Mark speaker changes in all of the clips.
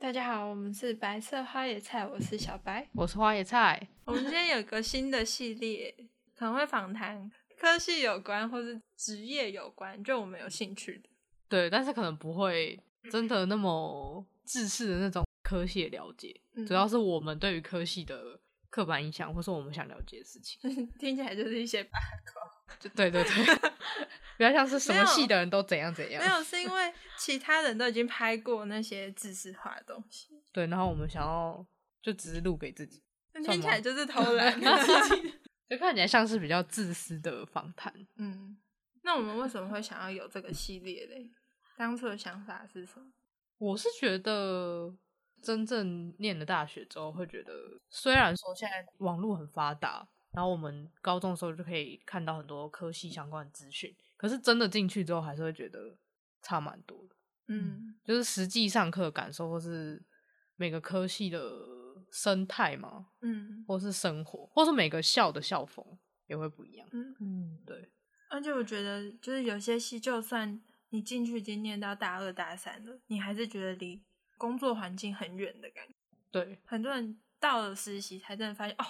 Speaker 1: 大家好，我们是白色花野菜，我是小白。
Speaker 2: 我是花椰菜，
Speaker 1: 我们今天有个新的系列，可能会访谈科系有关或是职业有关，就我们有兴趣的。
Speaker 2: 对，但是可能不会
Speaker 1: 嗯
Speaker 2: 真的那么自式的那种科系的了解，
Speaker 1: 嗯
Speaker 2: 主要是我们对于科系的刻板印象，或是我们想了解的事情。
Speaker 1: 听起来就是一些八卦，
Speaker 2: 就对对对， 比较像是什
Speaker 1: 没有
Speaker 2: 么系的人都怎样怎样
Speaker 1: 没，有是因为其他人都已经拍过那些知识化的东西，
Speaker 2: 对，然后我们想要就只是录给自己，
Speaker 1: 听起来就是偷懒。
Speaker 2: 就看起来像是比较自私的访谈。
Speaker 1: 嗯，那我们为什么会想要有这个系列嘞？当初的想法是什么？
Speaker 2: 我是觉得真正念了大学之后，会觉得虽然说现在网络很发达，然后我们高中的时候就可以看到很多科系相关的资讯，可是真的进去之后，还是会觉得差蛮多的。
Speaker 1: 嗯
Speaker 2: 就是实际上课的感受，或是每个科系的生态嘛，
Speaker 1: 嗯
Speaker 2: 或是生活，或是每个校的校风也会不一样。
Speaker 1: 嗯，
Speaker 2: 嗯，对，
Speaker 1: 而且我觉得就是有些系，就算你进去已经念到大二大三了，你还是觉得离工作环境很远的感觉。
Speaker 2: 对，
Speaker 1: 很多人到了实习才真的发现，哦，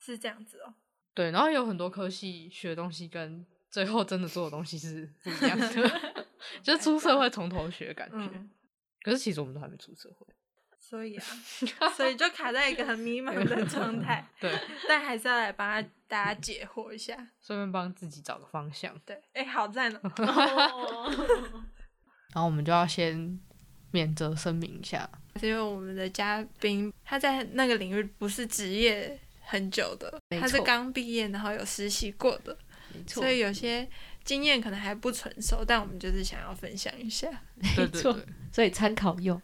Speaker 1: 是这样子哦。
Speaker 2: 对，然后有很多科系学的东西跟最后真的做的东西是不一样 的，就是出社会从头学的感觉。
Speaker 1: 嗯，
Speaker 2: 可是其实我们都还没出社 会，
Speaker 1: 所 以啊，所以就卡在一个很迷茫的状 态，
Speaker 2: 对，
Speaker 1: 但还是要来帮他大家解惑一下。
Speaker 2: 顺便帮自己找个方 向。
Speaker 1: 对，哎、好赞哦！
Speaker 3: 哦
Speaker 2: 然后我们就要先免责声明一下，
Speaker 1: 是 因为我们的嘉宾他在那个领域不是职业很久的，
Speaker 2: 没
Speaker 1: 他是
Speaker 2: 错
Speaker 1: 刚毕业然后有实习过的，
Speaker 2: 没错
Speaker 1: 所以有些经验可能还不成熟，但我们就是想要分享一下。
Speaker 2: 对
Speaker 3: 没
Speaker 2: 对
Speaker 3: 错
Speaker 2: 对，
Speaker 3: 所以参考用。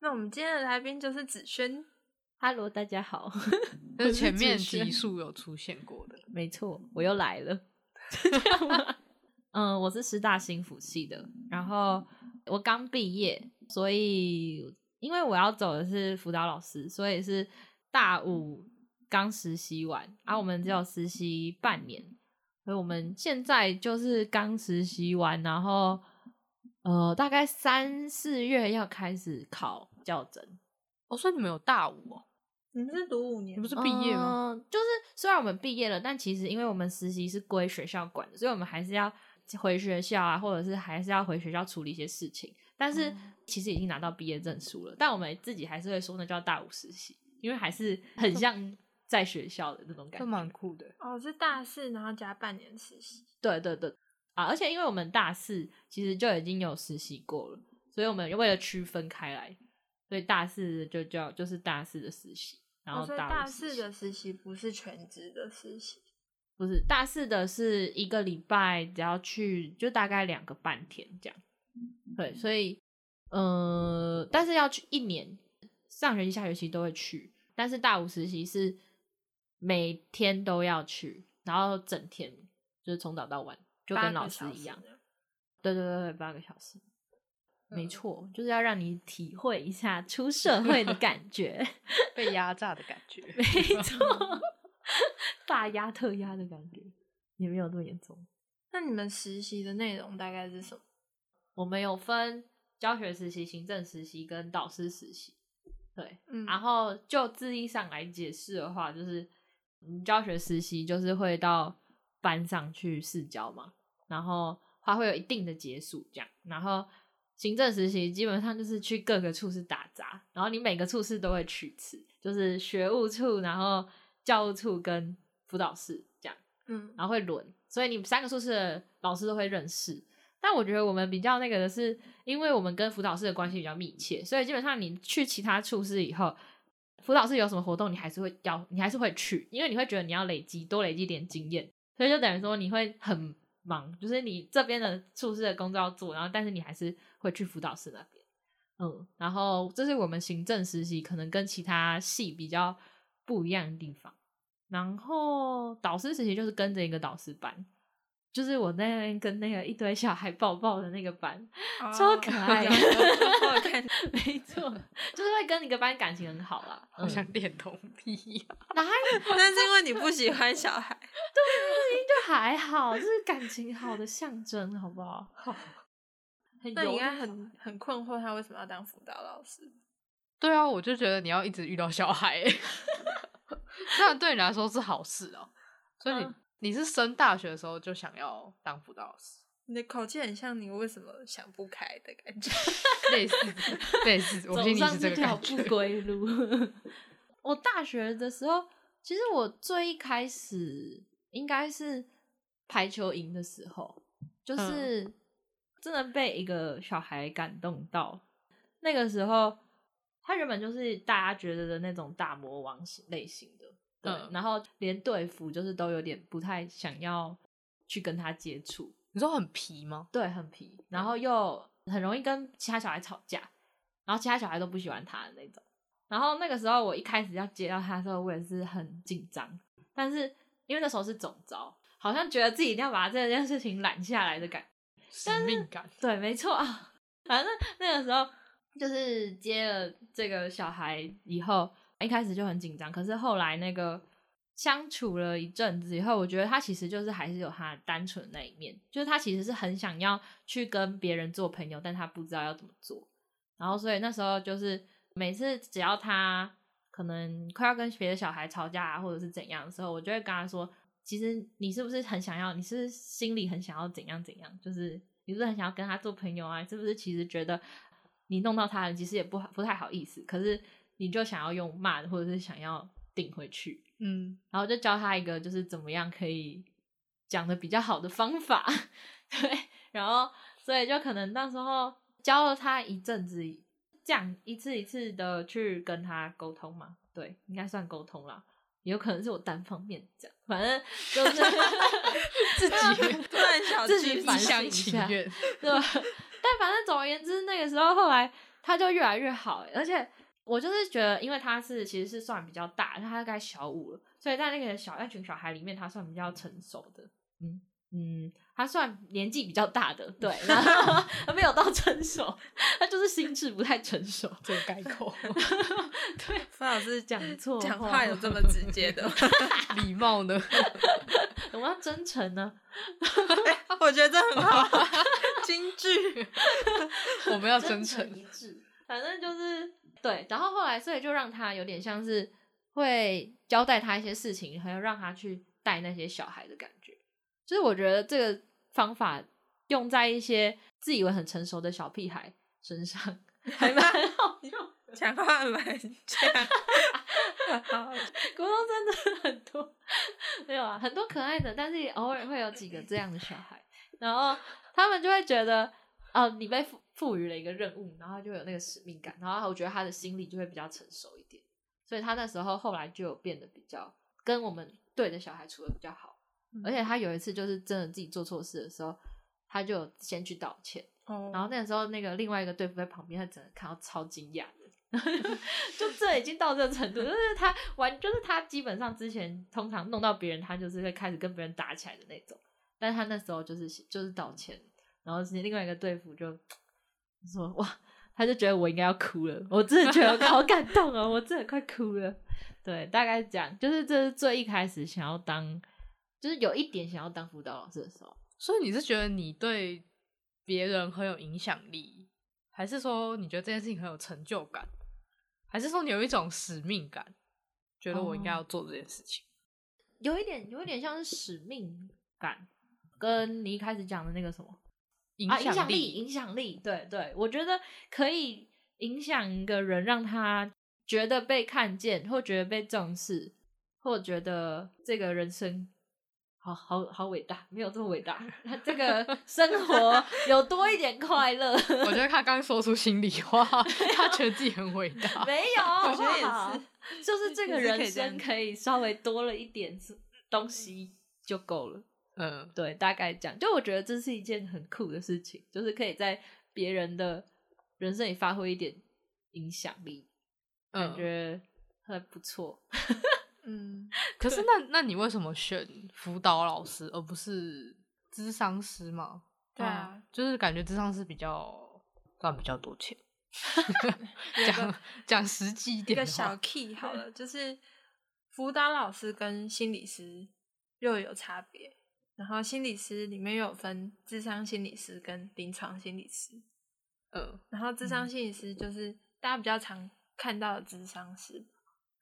Speaker 1: 那我们今天的来宾就是子轩，
Speaker 3: Hello，大家好，
Speaker 2: 就是前
Speaker 3: 我是
Speaker 2: 面
Speaker 3: 子轩
Speaker 2: 集数有出现过的，
Speaker 3: 没错，我又来了。 嗯，我是师大心辅系的，然后我刚毕业，所以因为我要走的是辅导老师，所以是大五刚实习完，啊，我们只有实习半年，所以我们现在就是刚实习完，然后呃，大概三四月要开始考教甄。
Speaker 2: 哦，所以你们有大五哦，
Speaker 1: 你嗯们是读五年
Speaker 2: 你不是毕业吗？
Speaker 3: 嗯就是虽然我们毕业了，但其实因为我们实习是归学校管的，所以我们还是要回学校啊，或者是还是要回学校处理一些事情。但是其实已经拿到毕业证书了，但我们自己还是会说那叫大五实习，因为还是很像在学校的那种感
Speaker 2: 这
Speaker 3: 觉。
Speaker 2: 蛮酷的，
Speaker 1: 哦，是大四然后加半年实习。
Speaker 3: 对对对啊！而且因为我们大四其实就已经有实习过了，所以我们为了区分开来，所以大四就叫就是大四的实习，然后
Speaker 1: 哦、所以
Speaker 3: 大五
Speaker 1: 大
Speaker 3: 实
Speaker 1: 四
Speaker 3: 习
Speaker 1: 的实习不是全职的实习。
Speaker 3: 不是大四的是一个礼拜，只要去就大概两个半天这样。对，所以呃，但是要去一年，上学期、下学期都会去，但是大五实习是每天都要去，然后整天就是从早到晚，就
Speaker 1: 八
Speaker 3: 跟
Speaker 1: 个
Speaker 3: 老师
Speaker 1: 小
Speaker 3: 一
Speaker 1: 时
Speaker 3: 样
Speaker 1: 这。样
Speaker 3: 对对对对，八个小时，没
Speaker 1: 嗯
Speaker 3: 错，就是要让你体会一下 出社会的感觉。
Speaker 2: 被压榨的感 觉，
Speaker 3: 没错， 大压特压的感觉也没有那么严重。
Speaker 1: 那你们实习的内容大概是什么？
Speaker 3: 我们有分教学实习、行政实习跟导师实习。对，
Speaker 1: 嗯
Speaker 3: 然后就字义上来解释的话，就是嗯教学实习就是会到班上去试教嘛，然后它会有一定的结束这样，然后行政实习基本上就是去各个处室打杂，然后你每个处室都会去一次，就是学务处，然后教务处跟辅导室这样。
Speaker 1: 嗯，
Speaker 3: 然后会轮，所以你三个宿舍的老师都会认识。但我觉得我们比较那个的是，因为我们跟辅导室的关系比较密切，所以基本上你去其他处室以后，辅导室有什么活动，你还是会要，你还是会去，因为你会觉得你要累积多累积点经验，所以就等于说你会很忙，就是你这边的处室的工作要做，然后但是你还是会去辅导室那边。嗯，然后这是我们行政实习可能跟其他系比较不一样的地方。然后导师实习就是跟着一个导师班，就是我在那边跟那个一堆小孩抱抱的那个班，
Speaker 1: 哦
Speaker 3: 超可 爱
Speaker 1: 我有看
Speaker 3: 没错，就是会跟一个班感情很好啦。嗯
Speaker 2: 好像恋童 癖一样，
Speaker 3: 哪有
Speaker 1: 那是因为你不喜欢小孩。
Speaker 3: 就还好，就是感情好的象征，好不好？很
Speaker 1: 那你
Speaker 3: 油
Speaker 1: 应该很很困惑，他为什么要当辅导老师？
Speaker 2: 对啊，我就觉得你要一直遇到小孩， 虽然对你来说是好事哦、所以你、
Speaker 3: 嗯
Speaker 2: 你是升大学的时候就想要当辅导老师，
Speaker 1: 你的口气很像你为什么想不开的感 觉。
Speaker 2: 类似类似，我
Speaker 3: 走
Speaker 2: 心里
Speaker 3: 上
Speaker 2: 是这
Speaker 3: 这
Speaker 2: 个
Speaker 3: 条
Speaker 2: 感
Speaker 3: 不
Speaker 2: 觉。
Speaker 3: 归路。 我大学的时候，其实我最一开始应该是排球营的时候，
Speaker 2: 嗯
Speaker 3: 就是真的被一个小孩感动到。那个时候，他原本就是大家觉得的那种大魔王型类型的，对，
Speaker 2: 嗯
Speaker 3: 然后连队服就是都有点不太想要去跟他接触，
Speaker 2: 你说很皮吗？嗯
Speaker 3: 对，很皮，然后又很容易跟其他小孩吵架，然后其他小孩都不喜欢他的那种。然后那个时候我一开始要接到他的时候，我也是很紧张，但是因为那时候是总招，好像觉得自己一定要把这件事情揽下来的感觉。
Speaker 2: 使命 感，
Speaker 3: 对，没错啊。反正那个时候就是接了这个小孩以后，一开始就很紧张，可是后来那个相处了一阵子以后，我觉得他其实就是还是有他单纯的那一面，就是他其实是很想要去跟别人做朋友，但他不知道要怎么做。然后所以那时候就是每次只要他可能快要跟别的小孩吵架啊，或者是怎样的时候，我就会跟他说，其实你是不是很想要，你是不是心里很想要怎样怎样，就是你是不是很想要跟他做朋友啊？你是不是其实觉得你弄到他了，其实也不好不太好意思，可是你就想要用骂的，或者是想要顶回去，
Speaker 2: 嗯，
Speaker 3: 然后就教他一个就是怎么样可以讲的比较好的方法， 对，然后所以就可能那时候教了他一阵子，这样一次一次的去跟他沟通嘛，对，应该算沟通啦，也有可能是我单方面讲，反正就是
Speaker 2: 自 己
Speaker 1: 突然小
Speaker 3: 自己
Speaker 1: 鸡
Speaker 3: 反
Speaker 2: 一
Speaker 1: 皮
Speaker 3: 省
Speaker 2: 厢
Speaker 3: 一
Speaker 2: 情
Speaker 3: 下
Speaker 2: 愿，
Speaker 3: 对，但反正总而言之，那个时候后来他就越来越好，欸而且我就是觉得，因为他是其实是算比较大，他大概小五了，所以在那个小那群小孩里面，他算比较成熟的，嗯嗯，他算年纪比较大的，对，然后 他没有到成熟，他就是心智不太成熟，
Speaker 2: 这个改口，
Speaker 1: 傅老师
Speaker 3: 讲错
Speaker 1: 讲
Speaker 3: 话
Speaker 1: 话有这么直接的吗，
Speaker 2: 礼貌呢？
Speaker 3: 我们要真诚呢、啊
Speaker 1: 我觉得很好，京剧。
Speaker 2: 我们要真诚，
Speaker 3: 一致。反正就是对，然后后来所以就让他有点像是会交代他一些事情，还要让他去带那些小孩的感觉。就是我觉得这个方法用在一些自以为很成熟的小屁孩身上，还蛮好用。
Speaker 1: 讲话蛮这样，
Speaker 3: 国中真的很多，没有啊，很多可爱的，但是也偶尔会有几个这样的小孩，然后他们就会觉得，哦、你被赋赋予了一个任务，然后就有那个使命感，然后我觉得他的心理就会比较成熟一点，所以他那时候后来就有变得比较跟我们对的小孩处的比较好，而且他有一次就是真的自己做错事的时候，他就有先去道歉。然后
Speaker 1: 哦，
Speaker 3: 那个时候，那个另外一个队服在旁边，他整个看到超惊讶的， 就这已经到这个程度，就是他完，就是他基本上之前通常弄到别人，他就是会开始跟别人打起来的那种，但是他那时候就是就是道歉，然后是另外一个队服就说哇，他就觉得我应该要哭了，我真的觉得好感动哦，我真的快哭了。对，大概是这样，就是这是最一开始想要当，就是有一点想要当辅导老师的时候。
Speaker 2: 所以你是觉得你对别人很有影响力，还是说你觉得这件事情很有成就感，还是说你有一种使命感，觉得我应该要做这件事情？
Speaker 3: 有一点，有一点像是使命感，跟你一开始讲的那个什么
Speaker 2: 影
Speaker 3: 啊，影
Speaker 2: 响
Speaker 3: 响力，影响力，对对，我觉得可以影响一个人，让他觉得被看见，或觉得被重视，或觉得这个人生好好好伟大，没有这么伟 大，他这个生活有多一点快 乐，
Speaker 2: 我觉得他刚说出心里话，他觉得自己很伟 大。
Speaker 3: 没有，我
Speaker 1: 我觉得也是。
Speaker 3: 就是这个
Speaker 1: 也是可以
Speaker 3: 人
Speaker 1: 这样
Speaker 3: 生可以稍微多了一点东西就够了。
Speaker 2: 嗯，
Speaker 3: 对，大概讲，就我觉得这是一件很酷的事情，就是可以在别人的人生里发挥一点影响力，感
Speaker 2: 嗯，
Speaker 3: 觉还不错。
Speaker 1: 嗯，
Speaker 2: 可是那那你为什么选辅导老师而不是智商师嘛？
Speaker 1: 对啊
Speaker 2: 嗯，就是感觉智商师比较赚比较多钱。
Speaker 1: 有
Speaker 2: 讲
Speaker 1: 个
Speaker 2: 讲实际一
Speaker 1: 一
Speaker 2: 点
Speaker 1: 个
Speaker 2: 的话
Speaker 1: 小 key 好了，就是辅导老师跟心理师又有差别。然后心理师里面又有分智商心理师跟临床心理师，
Speaker 2: 嗯
Speaker 1: 然后智商心理师就是大家比较常看到的智商师，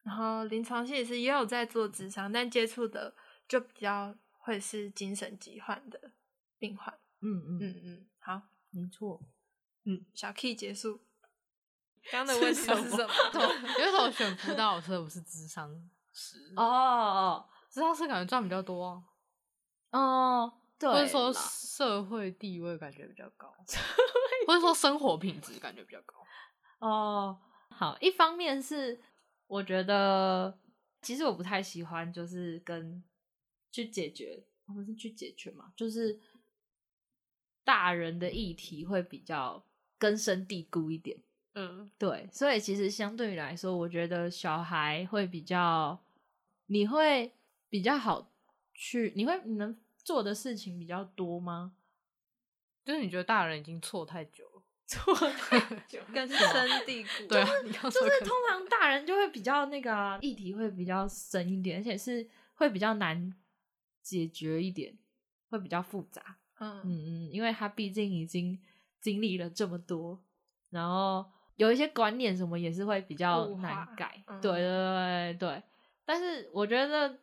Speaker 1: 然后临床心理师也有在做智商，但接触的就比较会是精神疾患的病患。
Speaker 3: 嗯嗯，
Speaker 1: 嗯嗯，好，
Speaker 3: 没错。
Speaker 1: 小 key 结束。刚刚的问题是
Speaker 2: 什
Speaker 1: 什
Speaker 2: 么
Speaker 1: 么？
Speaker 2: 有时候选辅导师而不是智商师，
Speaker 3: 哦哦
Speaker 2: 智商师感觉赚比较多啊、
Speaker 3: 哦，对啦，
Speaker 2: 或者说社会地位感觉比较高，或者说生活品质感觉比较高。
Speaker 3: 哦，好，一方面是我觉得，其实我不太喜欢，就是跟去解决，我们是去解决嘛，就是大人的议题会比较根深蒂固一点。
Speaker 2: 嗯，
Speaker 3: 对，所以其实相对于来说，我觉得小孩会比较，你会比较好去，你会你能做的事情比较多吗？
Speaker 2: 就是你觉得大人已经错太久了，
Speaker 3: 做
Speaker 1: 根深蒂固。
Speaker 2: 对啊，你刚说
Speaker 3: 就
Speaker 2: 可
Speaker 3: 是
Speaker 2: 能
Speaker 3: 通常大人就会比较那个、啊、议题会比较深一点，而且是会比较难解决一点，会比较复杂。
Speaker 1: 嗯，
Speaker 3: 嗯嗯，因为他毕竟已经经历了这么多，然后有一些观念什么也是会比较
Speaker 1: 固
Speaker 3: 难
Speaker 1: 化
Speaker 3: 改。
Speaker 1: 嗯
Speaker 3: 对对对对对，但是我觉得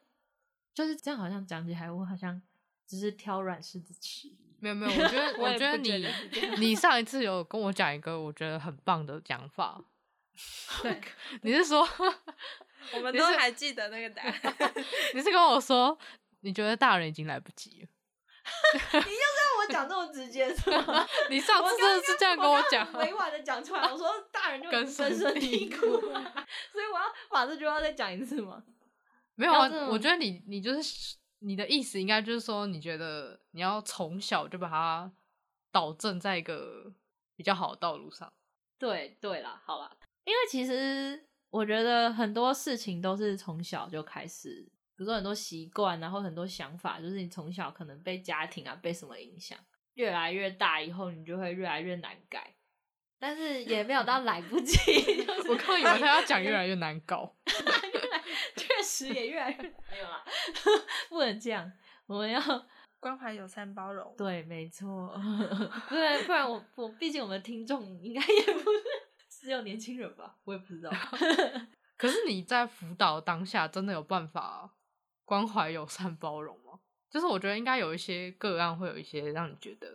Speaker 3: 就是这样，好像讲起来我好像只是挑软柿子 吃。
Speaker 2: 没有没有，我觉得
Speaker 1: 我也
Speaker 2: 觉得
Speaker 1: 不
Speaker 2: 你
Speaker 1: 觉得是这样
Speaker 2: 你上一次有跟我讲一个我觉得很棒的讲法，
Speaker 3: 对，
Speaker 2: 你是说
Speaker 1: 我们
Speaker 2: 你
Speaker 1: 都
Speaker 2: 是
Speaker 1: 还记得那个答案。
Speaker 2: 你是跟我说你觉得大人已经来不及了？
Speaker 3: 但我讲这么直接是吗？
Speaker 2: 你上次真的是这样跟
Speaker 3: 我刚
Speaker 2: 讲
Speaker 3: 刚，很 委婉的讲出来，我说大人就已
Speaker 2: 根
Speaker 3: 经根
Speaker 2: 深
Speaker 3: 深
Speaker 2: 蒂
Speaker 3: 蒂
Speaker 2: 固
Speaker 3: 固了， 所以我要把这句话再讲一次吗？
Speaker 2: 没有啊
Speaker 3: 要这？种
Speaker 2: 我觉得你你就是你的意思应该就是说，你觉得你要从小就把它导正在一个比较好的道路上。
Speaker 3: 对对啦，好啦，因为其实我觉得很多事情都是从小就开始，比如说很多习惯，然后很多想法，就是你从小可能被家庭啊被什么影响，越来越大以后，你就会越来越难改。但是也没有到来不及， 就是
Speaker 2: 我刚以为他要讲越来越难搞，
Speaker 3: 确实也越来越 没有啦，不能这样，我们要
Speaker 1: 关怀、友善、包容。
Speaker 3: 对，没错， 不然不然我我毕竟我们听众应该也不是 只有年轻人吧，我也不知道。
Speaker 2: 可是你在辅导当下真的有办法关怀、友善、包容吗？就是我觉得应该有一些个案会有一些让你觉得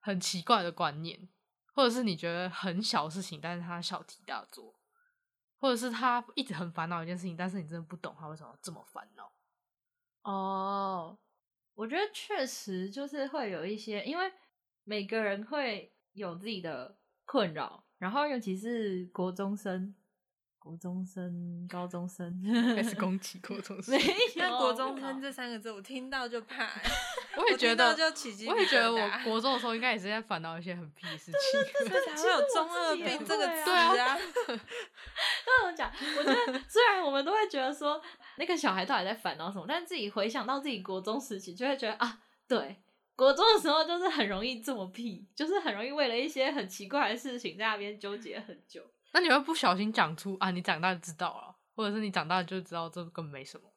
Speaker 2: 很奇怪的观念，或者是你觉得很小的事情，但是他小题大做，或者是他一直很烦恼一件事情，但是你真的不懂他为什么这么烦恼。
Speaker 3: 哦，我觉得确实就是会有一些，因为每个人会有自己的困扰，然后尤其是国中生、国中生、高中生，
Speaker 2: 开 始哦攻击国中 生
Speaker 3: 没
Speaker 1: 那
Speaker 3: 有
Speaker 1: 啊国中
Speaker 3: 生
Speaker 1: 生这三个字，我听到就怕欸、
Speaker 2: 我也
Speaker 1: 我
Speaker 2: 觉
Speaker 1: 听到
Speaker 2: 得，
Speaker 1: 就起鸡皮
Speaker 2: 我也觉得，
Speaker 1: 疙瘩
Speaker 2: 我国中的时候应该也是在烦恼一些很屁的事情。
Speaker 1: 所以才会有中二病这个
Speaker 3: 其实我自己也
Speaker 1: 词
Speaker 3: 会
Speaker 2: 啊
Speaker 1: 啊。
Speaker 3: 那我讲，我觉得虽然我们都会觉得说那个小孩到底在烦恼什么，但自己回想到自己国中时期，就会觉得啊，对，国中的时候就是很容易这么屁，就是很容易为了一些很奇怪的事情在那边纠结很久。
Speaker 2: 那你会不小心讲出啊，你长大就知道了，或者是你长大就知道这根本没什么。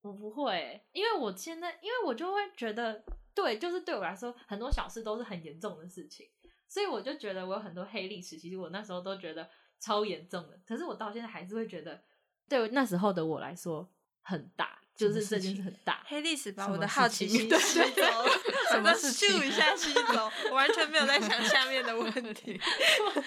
Speaker 3: 我不会欸，因为我现在，因为我就会觉得，对，就是对我来说，很多小事都是很严重的事情，所以我就觉得我有很多黑历史，其实我那时候都觉得超严重的，可是我到现在还是会觉得，对我那时候的我来说很大，就
Speaker 2: 什么
Speaker 3: 是
Speaker 2: 事
Speaker 3: 这件事
Speaker 2: 情
Speaker 3: 很大。
Speaker 1: 黑历史把
Speaker 2: 什
Speaker 1: 我
Speaker 2: 么
Speaker 1: 的
Speaker 2: 事
Speaker 1: 好奇
Speaker 2: 情
Speaker 1: 心
Speaker 2: 对
Speaker 1: 吸走了，
Speaker 2: 什 么
Speaker 1: 我就
Speaker 2: 事情
Speaker 1: 咻一下吸走，我完全没有在想下面的问题。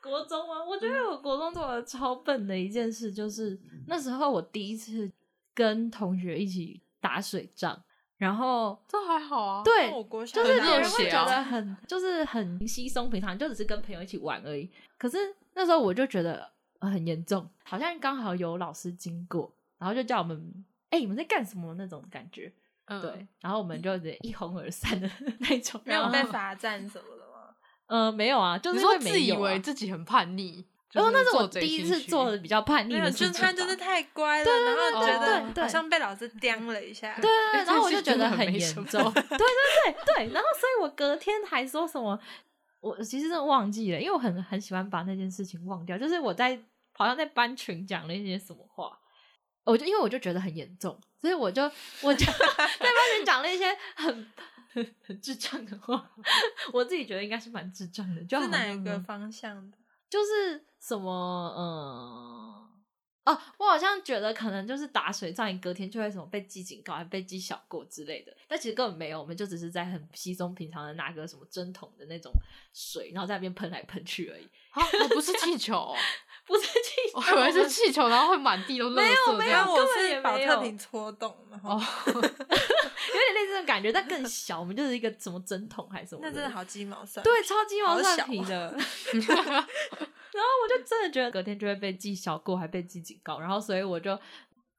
Speaker 3: 国中吗？我觉得我国中做了超笨的一件事，就是那时候我第一次跟同学一起打水仗，然后
Speaker 2: 这还好啊，
Speaker 3: 对
Speaker 1: 那我国小
Speaker 3: 就
Speaker 2: 很
Speaker 3: 是
Speaker 1: 的时
Speaker 3: 别
Speaker 1: 候
Speaker 2: 热
Speaker 3: 人会
Speaker 2: 血
Speaker 3: 觉
Speaker 2: 啊
Speaker 3: 得很就是很稀松平常，就只是跟朋友一起玩而已。可是那时候我就觉得呃很严重，好像刚好有老师经过，然后就叫我们哎、你们在干什么那种感觉，
Speaker 2: 嗯
Speaker 3: 对，，然后我们就一哄而散的 那种。
Speaker 1: 没有
Speaker 3: 然
Speaker 1: 被
Speaker 3: 后
Speaker 1: 罚站什么的 吗？
Speaker 3: 呃没有啊，就是
Speaker 2: 你
Speaker 3: 因为
Speaker 2: 说
Speaker 3: 没
Speaker 2: 自以
Speaker 3: 有啊
Speaker 2: 为自己很叛逆，
Speaker 3: 然后那是
Speaker 2: 是
Speaker 3: 我
Speaker 2: 做贼
Speaker 3: 第一
Speaker 2: 心
Speaker 3: 次
Speaker 2: 虚
Speaker 3: 做的比较叛逆
Speaker 1: 没有，
Speaker 3: 的
Speaker 1: 就
Speaker 3: 事
Speaker 1: 是
Speaker 3: 情
Speaker 1: 他
Speaker 3: 吧，
Speaker 1: 就是太乖了，然后
Speaker 2: 对
Speaker 1: 觉
Speaker 2: 对
Speaker 1: 得
Speaker 3: 对
Speaker 1: 好像被老师刁了一下。
Speaker 3: 对对，对，然后我
Speaker 2: 这件
Speaker 3: 就觉
Speaker 2: 事
Speaker 3: 得
Speaker 2: 真的很
Speaker 3: 很
Speaker 2: 没
Speaker 3: 严
Speaker 2: 什
Speaker 3: 重，
Speaker 2: 么
Speaker 3: 对对对对，然后所以我隔天还说什么，我其实真的忘记了，因为我很很喜欢把那件事情忘掉，就是我在好像在班群讲了一些什么话，我就因为我就觉得很严重，所以我就我就 在班群讲了一些很。 很很智障的话，我自己觉得应该是蛮智障的，就是好
Speaker 1: 哪
Speaker 3: 像
Speaker 1: 一
Speaker 3: 没有
Speaker 1: 个方向的？
Speaker 3: 就是什么嗯。哦，我好像觉得可能就是打水仗，你隔天就会什么被记警告，还被记小过之类的。但其实根本没有，我们就只是在很稀松平常的拿个什么针筒的那种水，然后在那边喷来喷去而已，
Speaker 2: 啊，我不是气球 哦、
Speaker 3: 不是 气球。
Speaker 2: 我以为是气球，然后会满地都垃圾这
Speaker 1: 没
Speaker 2: 样
Speaker 1: 有，我
Speaker 3: 根本也
Speaker 1: 是把
Speaker 3: 没有
Speaker 1: 特瓶戳动，然后
Speaker 2: 哦，
Speaker 3: 有点类似这种感觉，但更小。我们就是一个什么针筒还是什么，
Speaker 1: 那真的，好鸡毛蒜。
Speaker 3: 对，超鸡毛
Speaker 1: 好
Speaker 3: 蒜
Speaker 1: 小啊
Speaker 3: 皮的。然后我就真的觉得隔天就会被记小过，还被记警告。然后所以我就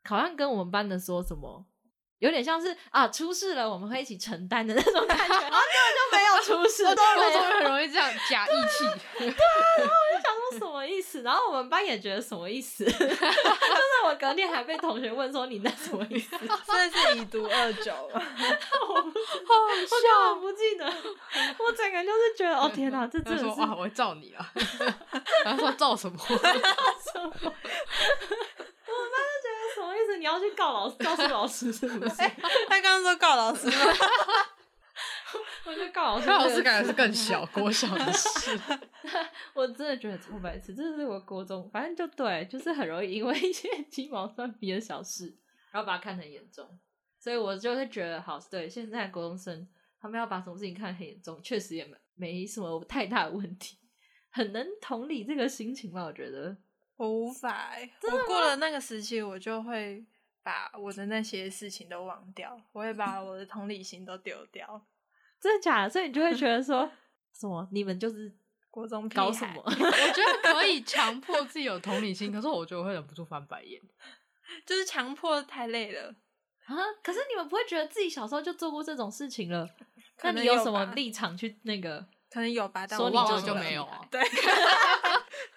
Speaker 3: 好像跟我们班的说什么，有点像是啊出事了我们会一起承担的那种感觉， 然后根本哦就没有出事，
Speaker 2: 高中很容易这样假义气，
Speaker 3: 想说什么意思？然后我们班也觉得什么意思， 就是我隔天还被同学问说你那什么意 思，
Speaker 1: 所以是已读二九了。
Speaker 3: 我不我根
Speaker 2: 好
Speaker 3: 本不记得，我整个就是觉得哦天哪，这真
Speaker 2: 他
Speaker 3: 的
Speaker 2: 说
Speaker 3: 是
Speaker 2: 哇，我照你啊， 然后说照什么？
Speaker 3: 什么？我们班就 觉得什么意思？你要去告老师，告诉老师是不 是？
Speaker 1: 他刚刚说告老师吗？
Speaker 3: 我就告老师，
Speaker 2: 高老师感觉是更小，国小的事，
Speaker 3: 我真的觉得超白痴，这是我国中，反正就对，就是很容易因为一些鸡毛蒜皮的小事，然后把它看得很严重，所以我就会觉得，好，对，现在国中生他们要把什么事情看得很严重，确实也没没什么太大的问题，很能同理这个心情吧，我觉得。
Speaker 1: 我 无法、欸，我过了那个时期，我就会把我的那些事情都忘掉，我会把我的同理心都丢掉。
Speaker 3: 真的假的？所以你就会觉得说什么？你们就是
Speaker 1: 国中屁
Speaker 3: 搞什
Speaker 1: 孩
Speaker 3: 么？
Speaker 2: 我觉得可以强迫自己有同理心，可是我觉得我会忍不住翻白眼。
Speaker 1: 就是强迫太累了。
Speaker 3: 啊！可是你们不会觉得自己小时候就做过这种事情了？
Speaker 1: 可
Speaker 3: 那
Speaker 1: 能
Speaker 3: 你
Speaker 1: 有
Speaker 3: 什么
Speaker 1: 吧
Speaker 3: 立场去那个？
Speaker 1: 可能有吧，但
Speaker 3: 说
Speaker 1: 我
Speaker 3: 你
Speaker 2: 忘
Speaker 3: 就
Speaker 2: 了
Speaker 3: 是
Speaker 2: 就
Speaker 3: 个
Speaker 2: 没
Speaker 3: 屁
Speaker 2: 有
Speaker 3: 孩
Speaker 2: 啊。
Speaker 1: 对，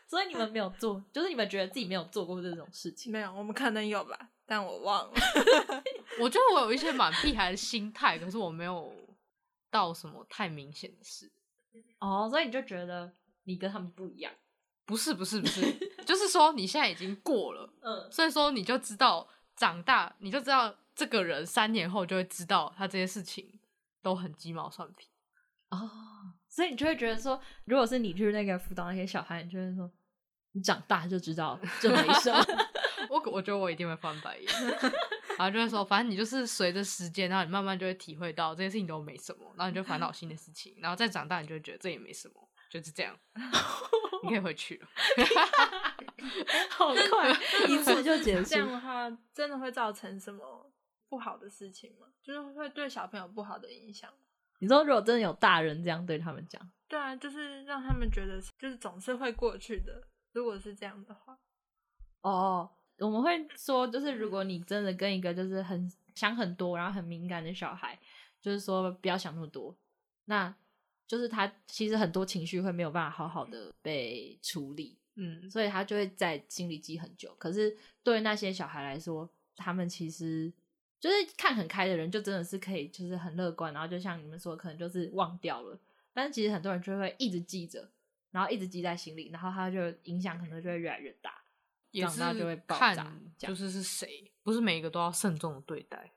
Speaker 3: 所以你们没有做，就是你们觉得自己没有做过这种事情。
Speaker 1: 没有，我们可能有吧，但我忘 了。
Speaker 2: 我觉得我有一些蛮屁孩的心态，可是我没有到什么太明显的事。
Speaker 3: 哦，所以你就觉得你跟他们不一样。
Speaker 2: 不是不是不是，就是说你现在已经过了，
Speaker 3: 嗯，
Speaker 2: 所以说你就知道长大，你就知道这个人三年后就会知道他这些事情都很鸡毛蒜皮。
Speaker 3: 哦，所以你就会觉得说，如果是你去那个辅导那些小孩，你就会说，你长大就知道这没什么。
Speaker 2: 我我觉得我一定会翻白眼，然后就会说，反正你就是随着时间，然后你慢慢就会体会到这些事情都没什么，然后你就烦恼新的事情，然后再长大你就会觉得这也没什么，就是这样。 你可以回去了。
Speaker 3: 好快，一次就结束
Speaker 1: 这。样的话，真的会造成什么不好的事情吗？就是会对小朋友不好的影响。
Speaker 3: 你说如果真的有大人这样对他们讲，
Speaker 1: 对啊，就是让他们觉得是就是总是会过去的。如果是这样的话，
Speaker 3: 哦，我们会说，就是如果你真的跟一个就是很想很多，然后很敏感的小孩，就是说不要想那么多，那就是他其实很多情绪会没有办法好好的被处理，
Speaker 2: 嗯，
Speaker 3: 所以他就会在心里积很久。可是对那些小孩来说，他们其实就是看很开的人，就真的是可以，就是很乐观，然后就像你们说，可能就是忘掉了。但是其实很多人就会一直记着，然后一直记在心里，然后他就影响可能就会越来越大。
Speaker 2: 也
Speaker 3: 长
Speaker 2: 是
Speaker 3: 大就会爆炸
Speaker 2: 看
Speaker 3: 这
Speaker 2: 就
Speaker 3: 样
Speaker 2: 是是谁，不是每一个都要慎重的对 待。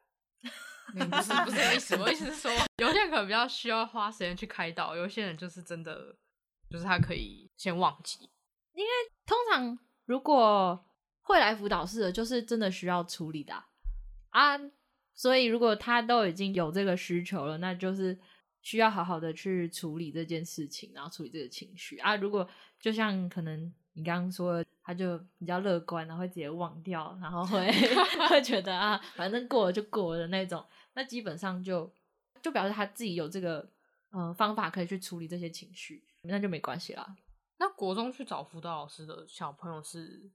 Speaker 2: 嗯不是不是这个意思，我意思 是说，有些人可能比较需要花时间去开导，有些人就是真的，就是他可以先忘记。
Speaker 3: 通常如果会来辅导室的，就是真的需要处理的啊啊所以如果他都已经有这个需求了，那就是需要好好的去处理这件事情，然后处理这个情绪啊。如果就像可能你刚刚说的，他就比较乐观，然后会直接忘掉，然后会会觉得啊，反正过了就过了的那种，那基本上就就表示他自己有这个嗯、呃方法可以去处理这些情绪，那就没关系啦。
Speaker 2: 那国中去找辅导老师的小朋友是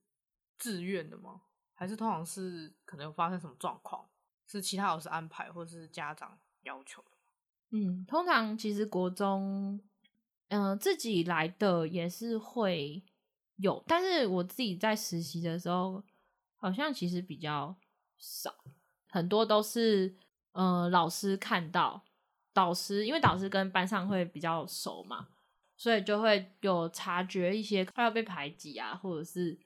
Speaker 2: 自愿的吗？还是通常是可能有发生什么状况，是其他老师安排或是家长要求的？
Speaker 3: 嗯，通常其实国中，嗯、自己来的也是会有，但是我自己在实习的时候，好像其实比较少，很多都是呃老师看到导师，因为导师跟班上会比较熟嘛，所以就会有察觉一些快要被排挤啊，或者是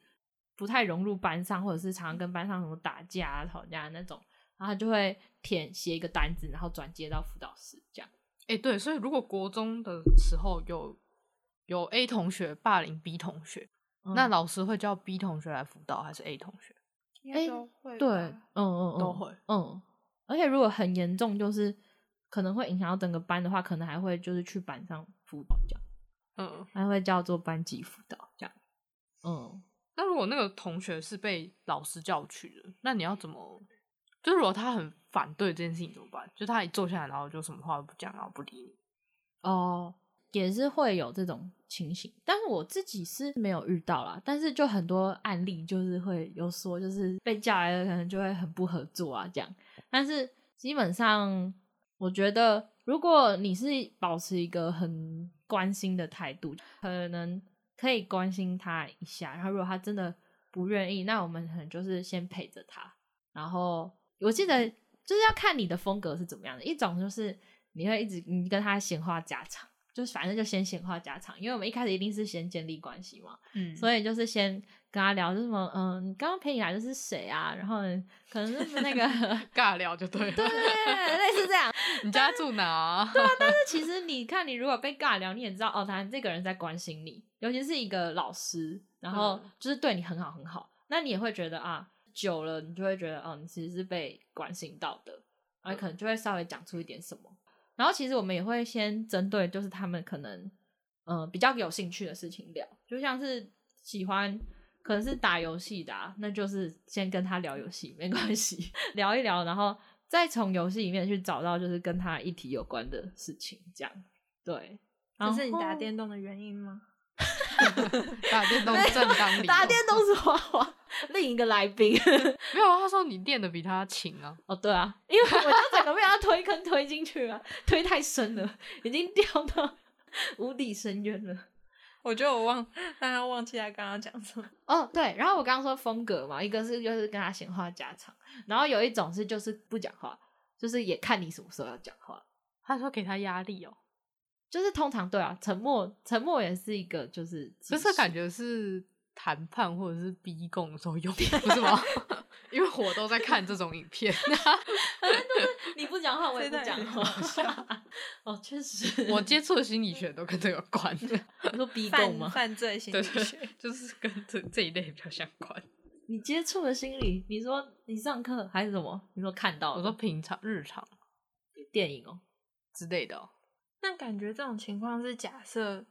Speaker 3: 不太融入班上，或者是常常跟班上什么打架、啊、吵架那种。然后他就会填写一个单子，然后转接到辅导室这样。
Speaker 2: 哎、对，所以如果国中的时候有有 A 同学霸凌 B 同学，
Speaker 3: 嗯
Speaker 2: 那老师会叫 B 同学来辅导还是 A 同学？
Speaker 1: 应
Speaker 3: 哎
Speaker 1: 该都会吧
Speaker 3: 对，嗯嗯嗯，
Speaker 2: 都会，
Speaker 3: 嗯，而且如果很严重，就是可能会影响到整个班的话，可能还会就是去班上辅导这样，
Speaker 2: 嗯。
Speaker 3: 还会叫做班级辅导这样。嗯，
Speaker 2: 那如果那个同学是被老师叫去的，那你要怎么？就是如果他很反对这件事情怎么办？就他一坐下来，然后就什么话都不讲，然后不理你。
Speaker 3: 哦，也是会有这种情形，但是我自己是没有遇到啦。但是就很多案例就是会有说，就是被叫来的可能就会很不合作啊这样。但是基本上，我觉得如果你是保持一个很关心的态度，可能可以关心他一下。然后如果他真的不愿意，那我们可能就是先陪着他。然后我记得就是要看你的风格是怎么样的，一种就是你会一直你跟他闲话家常，就是反正就先闲话家常，因为我们一开始一定是先建立关系嘛。
Speaker 2: 嗯
Speaker 3: 所以就是先跟他聊，就是什么，嗯，你刚刚陪你来的是谁啊？然后呢可能就是那个，
Speaker 2: 尬聊就对了。
Speaker 3: 对对对，类似这样。
Speaker 2: 你家住哪？啊
Speaker 3: 啊但是其实你看，你如果被尬聊，你也知道哦，他这个人在关心你，尤其是一个老师，然后
Speaker 2: 嗯
Speaker 3: 就是对你很好很好，那你也会觉得啊，久了你就会觉得哦，你其实是被关心到的，然后可能就会稍微讲出一点什么。然后其实我们也会先针对就是他们可能嗯、呃比较有兴趣的事情聊，就像是喜欢。可能是打游戏的、啊，那就是先跟他聊游戏，没关系， 聊一聊，然后再从游戏里面去找到就是跟他议题有关的事情，这样对。
Speaker 1: 这是你打
Speaker 3: 然后
Speaker 1: 电动的原因吗？
Speaker 2: 打电动正当理由。
Speaker 3: 打电动是花花另一个来宾
Speaker 2: 没有，啊他说你练的比他勤啊。
Speaker 3: 哦，对啊，因为我就整个被他推坑推进去了，推太深了，已经掉到无底深渊了。
Speaker 1: 我觉得我忘，大家忘记他刚刚讲什么。
Speaker 3: 哦，对，然后我刚刚说风格嘛，一个是就是跟他闲话家常，然后有一种是就是不讲话，就是也看你什么时候要讲话，
Speaker 2: 他说给他压力哦，
Speaker 3: 就是通常对啊，沉默沉默也是一个就是
Speaker 2: 这
Speaker 3: 技
Speaker 2: 是
Speaker 3: 术
Speaker 2: 感觉是谈判或者是逼供的时候用，不是吗？ 因为我都在看这种影片，
Speaker 3: 你不讲话，我也不
Speaker 1: 这段
Speaker 3: 讲
Speaker 1: 也
Speaker 3: 话。哦，确 实，
Speaker 2: 我接触的心理学都跟这有关，
Speaker 3: 你说逼供
Speaker 1: 犯
Speaker 3: 吗？
Speaker 1: 犯罪心
Speaker 2: 对
Speaker 1: 理
Speaker 2: 对
Speaker 1: 学
Speaker 2: 对， 就是跟这这一类比较相关。
Speaker 3: 你接触的心理，你说你上课还是什么？你说看到
Speaker 2: 我
Speaker 3: 了
Speaker 2: 说平常日常
Speaker 3: 电影哦，
Speaker 2: 之类的哦、
Speaker 1: 那感觉这种情况是假设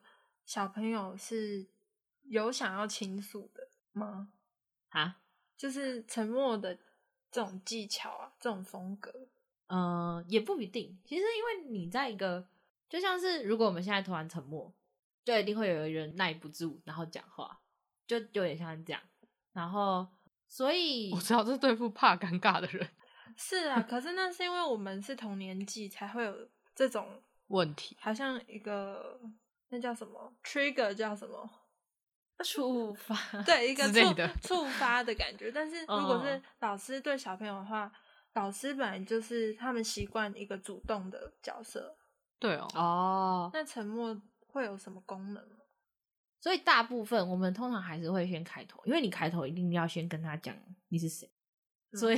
Speaker 1: 小朋友是有想要倾诉的吗？
Speaker 3: 啊，
Speaker 1: 就是沉默的这种技巧啊，这种风格，
Speaker 3: 呃，也不一定。其实因为你在一个，就像是如果我们现在突然沉默，就一定会有人耐不住，然后讲话，就有点像这样。然后，所以
Speaker 2: 我知道这是对付怕尴尬的人
Speaker 1: 是 啊。可是那是因为我们是同年纪，才会有这种
Speaker 2: 问题。
Speaker 1: 好像一个那叫什么 trigger 叫什么？
Speaker 3: 处罚
Speaker 1: 对，一个
Speaker 2: 之类
Speaker 1: 触
Speaker 2: 的
Speaker 1: 触发的感觉。但是如果
Speaker 3: 嗯
Speaker 1: 是
Speaker 3: 嗯
Speaker 1: 老师对小朋友的话，老师本来就是他们习惯一个主动的角色，
Speaker 2: 对哦，
Speaker 3: 哦，
Speaker 1: 那沉默会有什么功能吗？
Speaker 3: 所以大部分我们通常还是会先开头，因为你开头一定要先跟他讲你是谁，
Speaker 1: 嗯
Speaker 3: 所以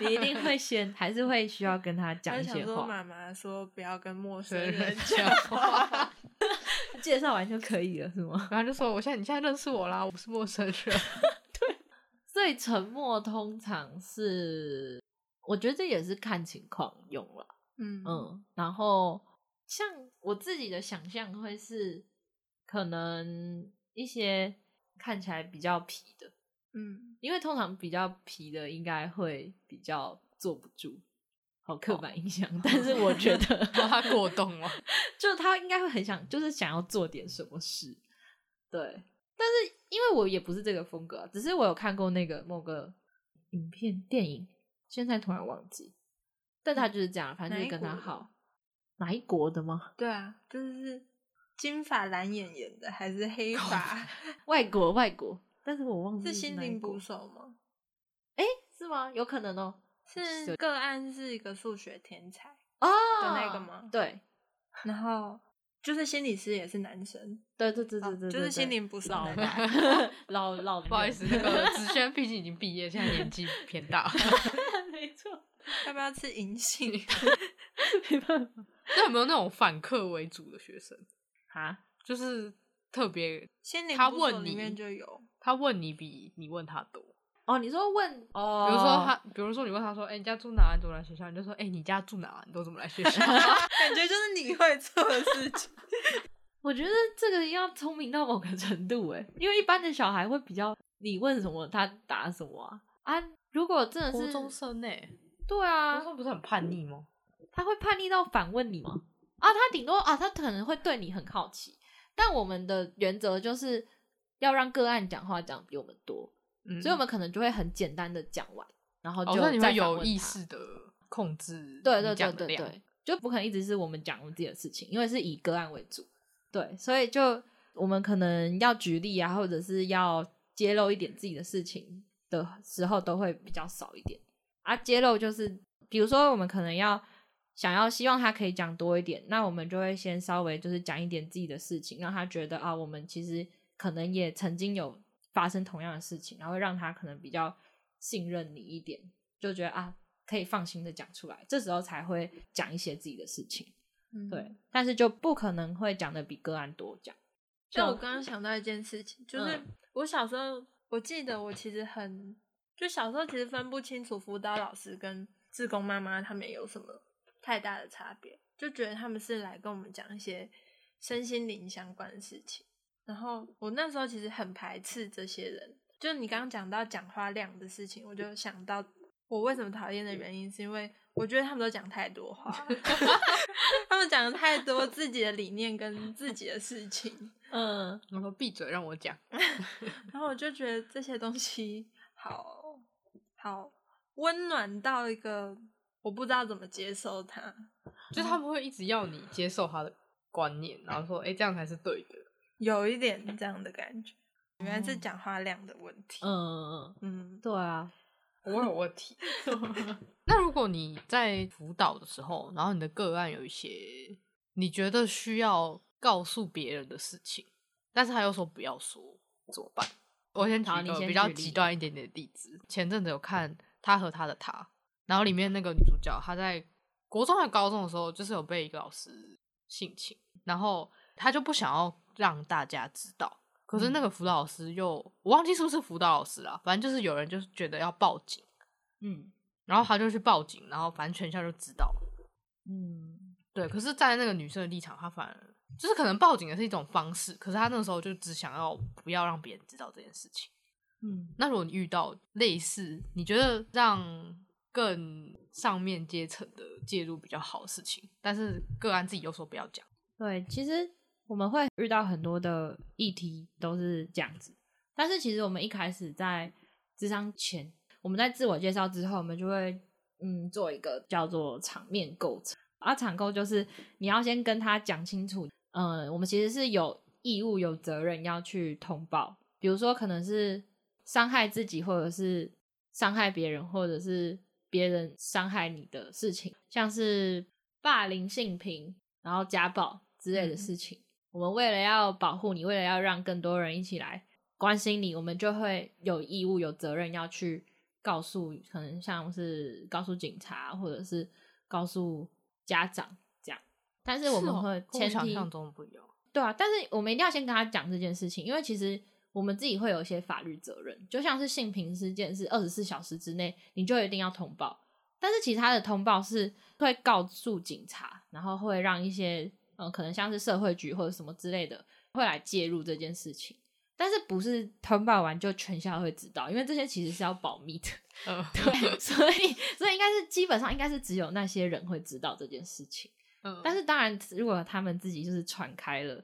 Speaker 3: 你一定会先还是会需要跟他讲
Speaker 1: 他
Speaker 3: 一
Speaker 1: 想
Speaker 3: 些
Speaker 1: 说
Speaker 3: 话，
Speaker 1: 妈妈说不要跟陌生
Speaker 2: 所以
Speaker 1: 人
Speaker 2: 人
Speaker 1: 讲
Speaker 2: 讲话，
Speaker 1: 话，
Speaker 3: 介绍完就可以了，是吗？
Speaker 2: 然后就说我现在你现在认识我啦，我不是陌生人。
Speaker 3: 所以沉默通常是，我觉得这也是看情况用了。
Speaker 1: 嗯
Speaker 3: 嗯，然后像我自己的想象会是，可能一些看起来比较皮的，
Speaker 1: 嗯，
Speaker 3: 因为通常比较皮的应该会比较坐不住，好刻板印象。但是我觉
Speaker 2: 然
Speaker 3: 得，
Speaker 2: 后他过动了，
Speaker 3: 就他应该会很想，就是想要做点什么事。对，但是因为我也不是这个风格啊，只是我有看过那个某个影片电影，现在突然忘记。但他就是这样，反正就是跟他
Speaker 1: 哪一国的
Speaker 3: 好。哪一国的吗？
Speaker 1: 对啊，就是金发蓝眼演的，还是黑发？
Speaker 3: 外国，外国。但是我忘记
Speaker 1: 是心
Speaker 3: 哪一
Speaker 1: 灵
Speaker 3: 国
Speaker 1: 捕手吗？
Speaker 3: 是吗？有可能哦。
Speaker 1: 是个案是一个数学天才，
Speaker 3: 哦，
Speaker 1: 那个吗
Speaker 3: 对，
Speaker 1: 然后就是心理师也是男生，
Speaker 3: 对对对对
Speaker 1: 啊
Speaker 3: 对对，
Speaker 1: 就是心
Speaker 3: 对
Speaker 1: 灵捕手
Speaker 3: 老
Speaker 1: 男
Speaker 3: 吧
Speaker 1: 孩。
Speaker 3: 老老，
Speaker 2: 不好意思，那个子轩毕竟已经毕业，现在年纪偏大。
Speaker 3: 没错，
Speaker 1: 要不要吃银 杏？
Speaker 3: 没办法
Speaker 2: 那有没有那种反客为主的学生？
Speaker 3: 啊，
Speaker 2: 就是特别，
Speaker 1: 心灵
Speaker 2: 他
Speaker 1: 捕手
Speaker 2: 问
Speaker 1: 里
Speaker 2: 你
Speaker 1: 面就有，
Speaker 2: 他问你比你问他多。
Speaker 3: 哦，你说问哦，
Speaker 2: 比如说他，比如说你问他说：“哎、你家住哪？你怎么来学校？”你就说：“哎、你家住哪？你都怎么来学校
Speaker 1: 感觉就是你会做的事 情。
Speaker 3: 我觉得这个要聪明到某个程度哎，因为一般的小孩会比较，你问什么他答什么啊。啊如果真？”的
Speaker 2: 国中
Speaker 3: 是
Speaker 2: 生呢、欸
Speaker 3: 对
Speaker 2: 国
Speaker 3: 啊，
Speaker 2: 中不是很叛逆吗？
Speaker 3: 他会叛逆到反问你吗？啊，他顶多啊，他可能会对你很好奇，但我们的原则就是要让个案讲话讲得比我们多，
Speaker 2: 嗯，
Speaker 3: 所以我们可能就会很简单的讲完，然后
Speaker 2: 哦，
Speaker 3: 就
Speaker 2: 那你
Speaker 3: 再
Speaker 2: 会
Speaker 3: 反
Speaker 2: 有
Speaker 3: 问
Speaker 2: 意
Speaker 3: 他
Speaker 2: 识的控制
Speaker 3: 对
Speaker 2: 你
Speaker 3: 对对
Speaker 2: 讲的
Speaker 3: 对
Speaker 2: 量
Speaker 3: 对，就不可能一直是我们讲我们自己的事情，因为是以个案为主，对，所以就我们可能要举例啊，或者是要揭露一点自己的事情的时候，都会比较少一点啊。揭露就是，比如说我们可能要想要希望他可以讲多一点，那我们就会先稍微就是讲一点自己的事情，让他觉得啊，我们其实可能也曾经有发生同样的事情，然后让他可能比较信任你一点，就觉得啊，可以放心的讲出来，这时候才会讲一些自己的事情。
Speaker 1: 嗯
Speaker 3: 对，，但是就不可能会讲的比个案多讲。
Speaker 1: 但我
Speaker 3: 就
Speaker 1: 刚刚想到一件事情，就是
Speaker 3: 嗯
Speaker 1: 我小时候，我记得我其实很，就小时候其实分不清楚辅导老师跟志工妈妈他们有什么太大的差别，就觉得他们是来跟我们讲一些身心灵相关的事情。然后我那时候其实很排斥这些人，就你刚刚讲到讲话量的事情，我就想到我为什么讨厌的原因，是因为我觉得他们都讲太多话了， 他们讲得太多自己的理念跟自己的事情。
Speaker 3: 嗯，
Speaker 2: 我说闭嘴，让我讲。
Speaker 1: 然后我就觉得这些东西好好温暖到一个我不知道怎么接受它。
Speaker 2: 就是他们会一直要你接受他的观念，然后说：“哎、这样才是对的。
Speaker 1: 有一点这样的感觉，原来是讲话量的问题。
Speaker 3: 嗯，
Speaker 1: 嗯，
Speaker 3: 对啊，
Speaker 2: 我有问题。那如果你在辅导的时候，然后你的个案有一些你觉得需要告诉别人的事情，但是他又说不要说，怎么办？我先举
Speaker 3: 好
Speaker 2: 一
Speaker 3: 你
Speaker 2: 个
Speaker 3: 先
Speaker 2: 比较
Speaker 3: 举例
Speaker 2: 极端一点点的例子。前阵子有看《他和他的他》，然后里面那个女主角她在国中还高中的时候，就是有被一个老师性侵，然后她就不想要让大家知道。可是那个辅导老师又，我忘记是不是辅导老师啦，反正就是有人就是觉得要报警，
Speaker 3: 嗯
Speaker 2: 然后他就去报警，然后反正全校就知道了。
Speaker 3: 嗯
Speaker 2: 对，可是站在那个女生的立场，她反而就是可能报警的是一种方式，可是她那时候就只想要不要让别人知道这件事情。
Speaker 3: 嗯，
Speaker 2: 那如果你遇到类似，你觉得让更上面阶层的介入比较好的事情，但是个案自己又说不要讲，
Speaker 3: 对，其实我们会遇到很多的议题都是这样子，但是其实我们一开始在智商前，我们在自我介绍之后，我们就会嗯做一个叫做场面构成。啊，场构就是你要先跟他讲清楚，嗯、我们其实是有义务、有责任要去通报，比如说可能是伤害自己，或者是伤害别人，或者是别人伤害你的事情，像是霸凌、性平，然后家暴之
Speaker 2: 嗯
Speaker 3: 类的事情。我们为了要保护你，为了要让更多人一起来关心你，我们就会有义务、有责任要去告诉，可能像是告诉警察，或者是告诉家长这样。但是我们会
Speaker 2: 哦跟我
Speaker 3: 前
Speaker 2: 想
Speaker 3: 提，
Speaker 2: 象中不一样。
Speaker 3: 对啊，但是我们一定要先跟他讲这件事情，因为其实我们自己会有一些法律责任，就像是性平事件是二十四小时之内你就一定要通报，但是其他的通报是会告诉警察，然后会让一些呃可能像是社会局或者什么之类的会来介入这件事情，但是不是通报完就全校会知道，因为这些其实是要保密的。
Speaker 2: 呃，
Speaker 3: 对， 所以所以应该是基本上应该是只有那些人会知道这件事情。
Speaker 2: 嗯
Speaker 3: 但是当然，如果他们自己就是传开了，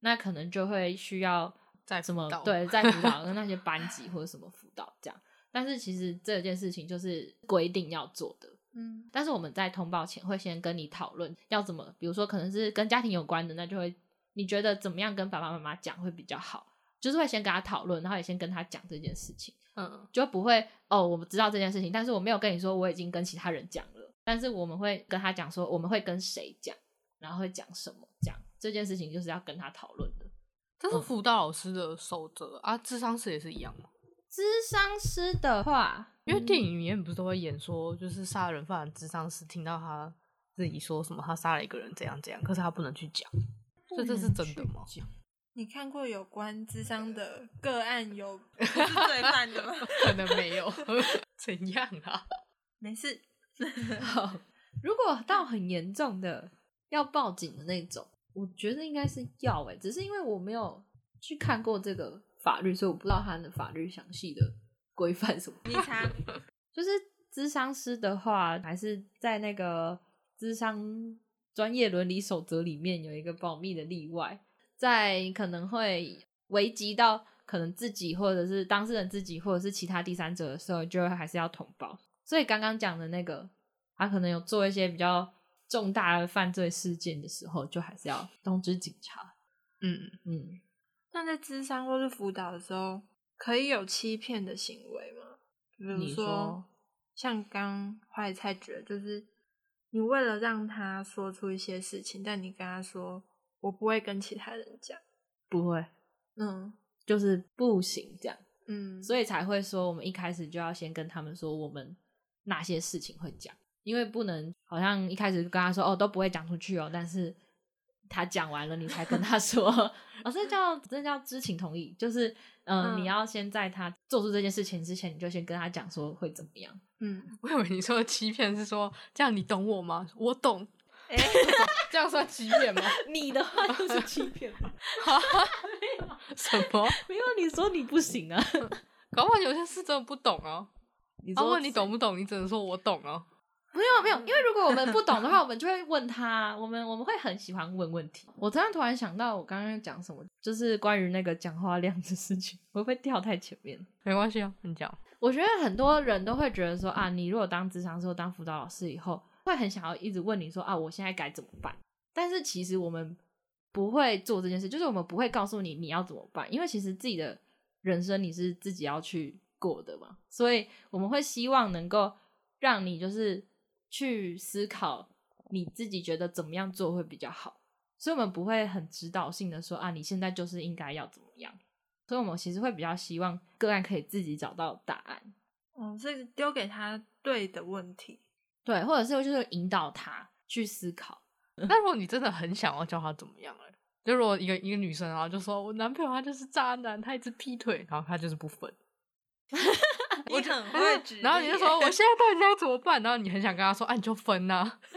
Speaker 3: 那可能就会需要
Speaker 2: 再
Speaker 3: 什
Speaker 2: 辅
Speaker 3: 么
Speaker 2: 导
Speaker 3: 对，在 辅导跟那些班级或者什么辅导这样。但是其实这件事情就是规定要做的，
Speaker 1: 嗯，
Speaker 3: 但是我们在通报前会先跟你讨论要怎么，比如说可能是跟家庭有关的，那就会你觉得怎么样跟爸爸妈妈讲会比较好，就是会先跟他讨论，然后也先跟他讲这件事情。
Speaker 2: 嗯，
Speaker 3: 就不会哦，我知道这件事情，但是我没有跟你说我已经跟其他人讲了，但是我们会跟他讲说我们会跟谁讲，然后会讲什么讲这件事情，就是要跟他讨论的。
Speaker 2: 这
Speaker 3: 嗯
Speaker 2: 是辅导老师的守则啊，智商师也是一样吗？
Speaker 3: 智商师的话，
Speaker 2: 因为电影里面不是都会演说，就是杀人犯的智商师听到他自己说什么，他杀了一个人怎样怎样，可是他不能去讲，所以这是真的吗？
Speaker 1: 你看过有关智商的个案有不是罪犯的吗？
Speaker 2: 可能没有， 怎样啊？
Speaker 1: 没事，
Speaker 3: 如果到很严重的要报警的那种，我觉得应该是要诶、只是因为我没有去看过这个法律，所以我不知道它的法律详细的规范什么。
Speaker 1: 你查
Speaker 3: 就是咨商师的话，还是在那个咨商专业伦理守则里面有一个保密的例外，在可能会危及到可能自己或者是当事人自己或者是其他第三者的时候，就还是要通报。所以刚刚讲的那个，他可能有做一些比较重大的犯罪事件的时候，就还是要通知警察。
Speaker 2: 嗯，
Speaker 3: 嗯，
Speaker 1: 那在智商或是辅导的时候，可以有欺骗的行为吗？比如
Speaker 2: 你说
Speaker 1: 像刚坏菜觉得，就是你为了让他说出一些事情，但你跟他说我不会跟其他人讲，
Speaker 3: 不会，
Speaker 1: 嗯
Speaker 3: 就是不行这样。
Speaker 1: 嗯，
Speaker 3: 所以才会说我们一开始就要先跟他们说我们哪些事情会讲，因为不能好像一开始就跟他说哦都不会讲出去哦，但是他讲完了你才跟他 说，哦这叫这叫知情同意，就是、呃、
Speaker 1: 嗯
Speaker 3: 嗯你要先在他做出这件事情之前，你就先跟他讲说会怎么样，
Speaker 1: 嗯，
Speaker 2: 我以为你说的欺骗是说这样，你懂我吗？我懂，
Speaker 1: 哎、
Speaker 2: 这样算欺骗吗？
Speaker 3: 你的话就是欺骗吧，
Speaker 2: 什么？
Speaker 3: 没有啊你说你不行啊，
Speaker 2: 搞不好有些事真的不懂啊。
Speaker 3: 哦你
Speaker 2: 他
Speaker 3: 说、
Speaker 2: 问你懂不懂，你只能说我懂啊。
Speaker 3: 没有没有，因为如果我们不懂的话，我们就会问他，我们我们会很喜欢问问题。 我突然突然想到，我刚刚讲什么，就是关于那个讲话量的事情， 我会不会跳太前面。
Speaker 2: 没关系啊，你 讲。
Speaker 3: 我觉得很多人都会觉得说啊，你如果当职场师或当辅导老师以后，会很想要一直问你说啊，我现在该怎么办？但是其实我们不会做这件事，就是我们不会告诉你你要怎么办，因为其实自己的人生你是自己要去过的嘛，所以我们会希望能够让你就是去思考你自己觉得怎么样做会比较好，所以我们不会很指导性的说啊，你现在就是应该要怎么样。所以我们其实会比较希望个案可以自己找到答案，
Speaker 1: 哦，是丢给他对的问题，
Speaker 3: 对，或者是就是引导他去思考。
Speaker 2: 那如果你真的很想要教他怎么样、欸，就如果一个一个女生然后就说我男朋友他就是渣男，他一直劈腿，然后他就是不分，
Speaker 1: 我很会举例耶，
Speaker 2: 然后你就说我现在到底该怎么办？然后你很想跟他说，啊，你就分呐、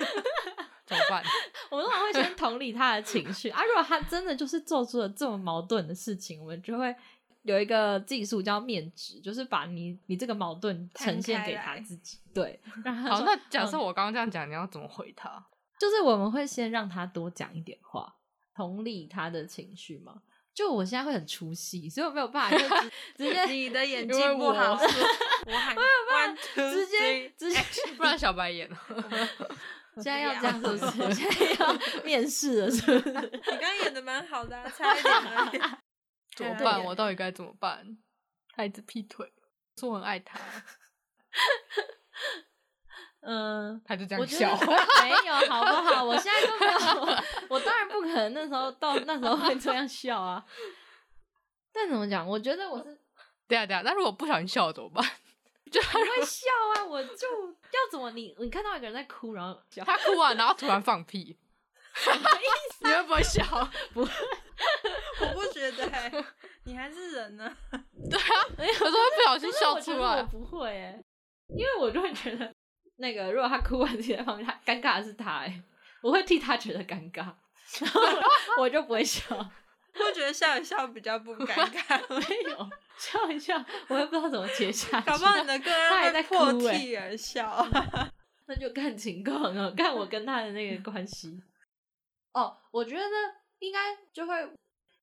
Speaker 2: 怎么办？
Speaker 3: 我们通常 会先同理他的情绪啊，如果他真的就是做出了这么矛盾的事情，我们就会有一个技术叫面值，就是把你你这个矛盾呈现给
Speaker 1: 摊开
Speaker 3: 他
Speaker 1: 来
Speaker 3: 自己， 对，让他
Speaker 2: 好，
Speaker 3: 说嗯
Speaker 2: 那假设我刚刚这样讲，你要怎么回 他？
Speaker 3: 就是我们会先让他多讲一点话，同理他的情绪嘛。就我现在会很出戏，所以我没有办法就直 直接
Speaker 1: 你的眼
Speaker 2: 因
Speaker 1: 睛
Speaker 2: 为
Speaker 1: 不
Speaker 2: 我
Speaker 1: 好，
Speaker 2: 是
Speaker 1: 我喊 one two
Speaker 3: 直接
Speaker 1: three，
Speaker 3: 直接
Speaker 2: 哎不然小白眼了。
Speaker 3: 现在要
Speaker 1: 不
Speaker 3: 这样是
Speaker 1: 要
Speaker 3: 不是？现在要面试了是不是？
Speaker 1: 你刚刚演的蛮好的、啊，差一点 而已。啊
Speaker 2: 怎么
Speaker 1: 对
Speaker 2: 办？我到底该怎么办？他一直劈腿，说我很爱他，
Speaker 3: 嗯，
Speaker 2: 他就这
Speaker 3: 我
Speaker 2: 样
Speaker 3: 觉得
Speaker 2: 笑。
Speaker 3: 没有好不好？我现在都没有，我当然不可能那时候到那时候会这样笑啊。但怎么讲？我觉得我是
Speaker 2: 对啊对啊，那如果不小心笑了怎么办？ 就他
Speaker 3: 不会笑啊，我就要怎么你你看到一个人在哭，然后笑，
Speaker 2: 他哭啊完，然后突然放 屁， 你会不会笑？
Speaker 1: 我不觉得、欸，你还是人呢、
Speaker 2: 啊可是会不小心
Speaker 3: 可是
Speaker 2: 笑
Speaker 3: 我觉
Speaker 2: 出
Speaker 3: 得我
Speaker 2: 来。
Speaker 3: 不会哎、因为我就会觉得那个如果他哭完直接放屁，他尴尬的是他哎、我会替他觉得尴尬，然后我我就不会笑。
Speaker 1: 我觉得笑一笑比较不尴 尬，
Speaker 3: 没有笑一笑，我也不知道怎么接下去。
Speaker 1: 搞不好你的个案会破
Speaker 3: 他还在哭
Speaker 1: 涕而笑。
Speaker 3: 那就看情况了，看我跟他的那个关系。哦，我觉得应该就会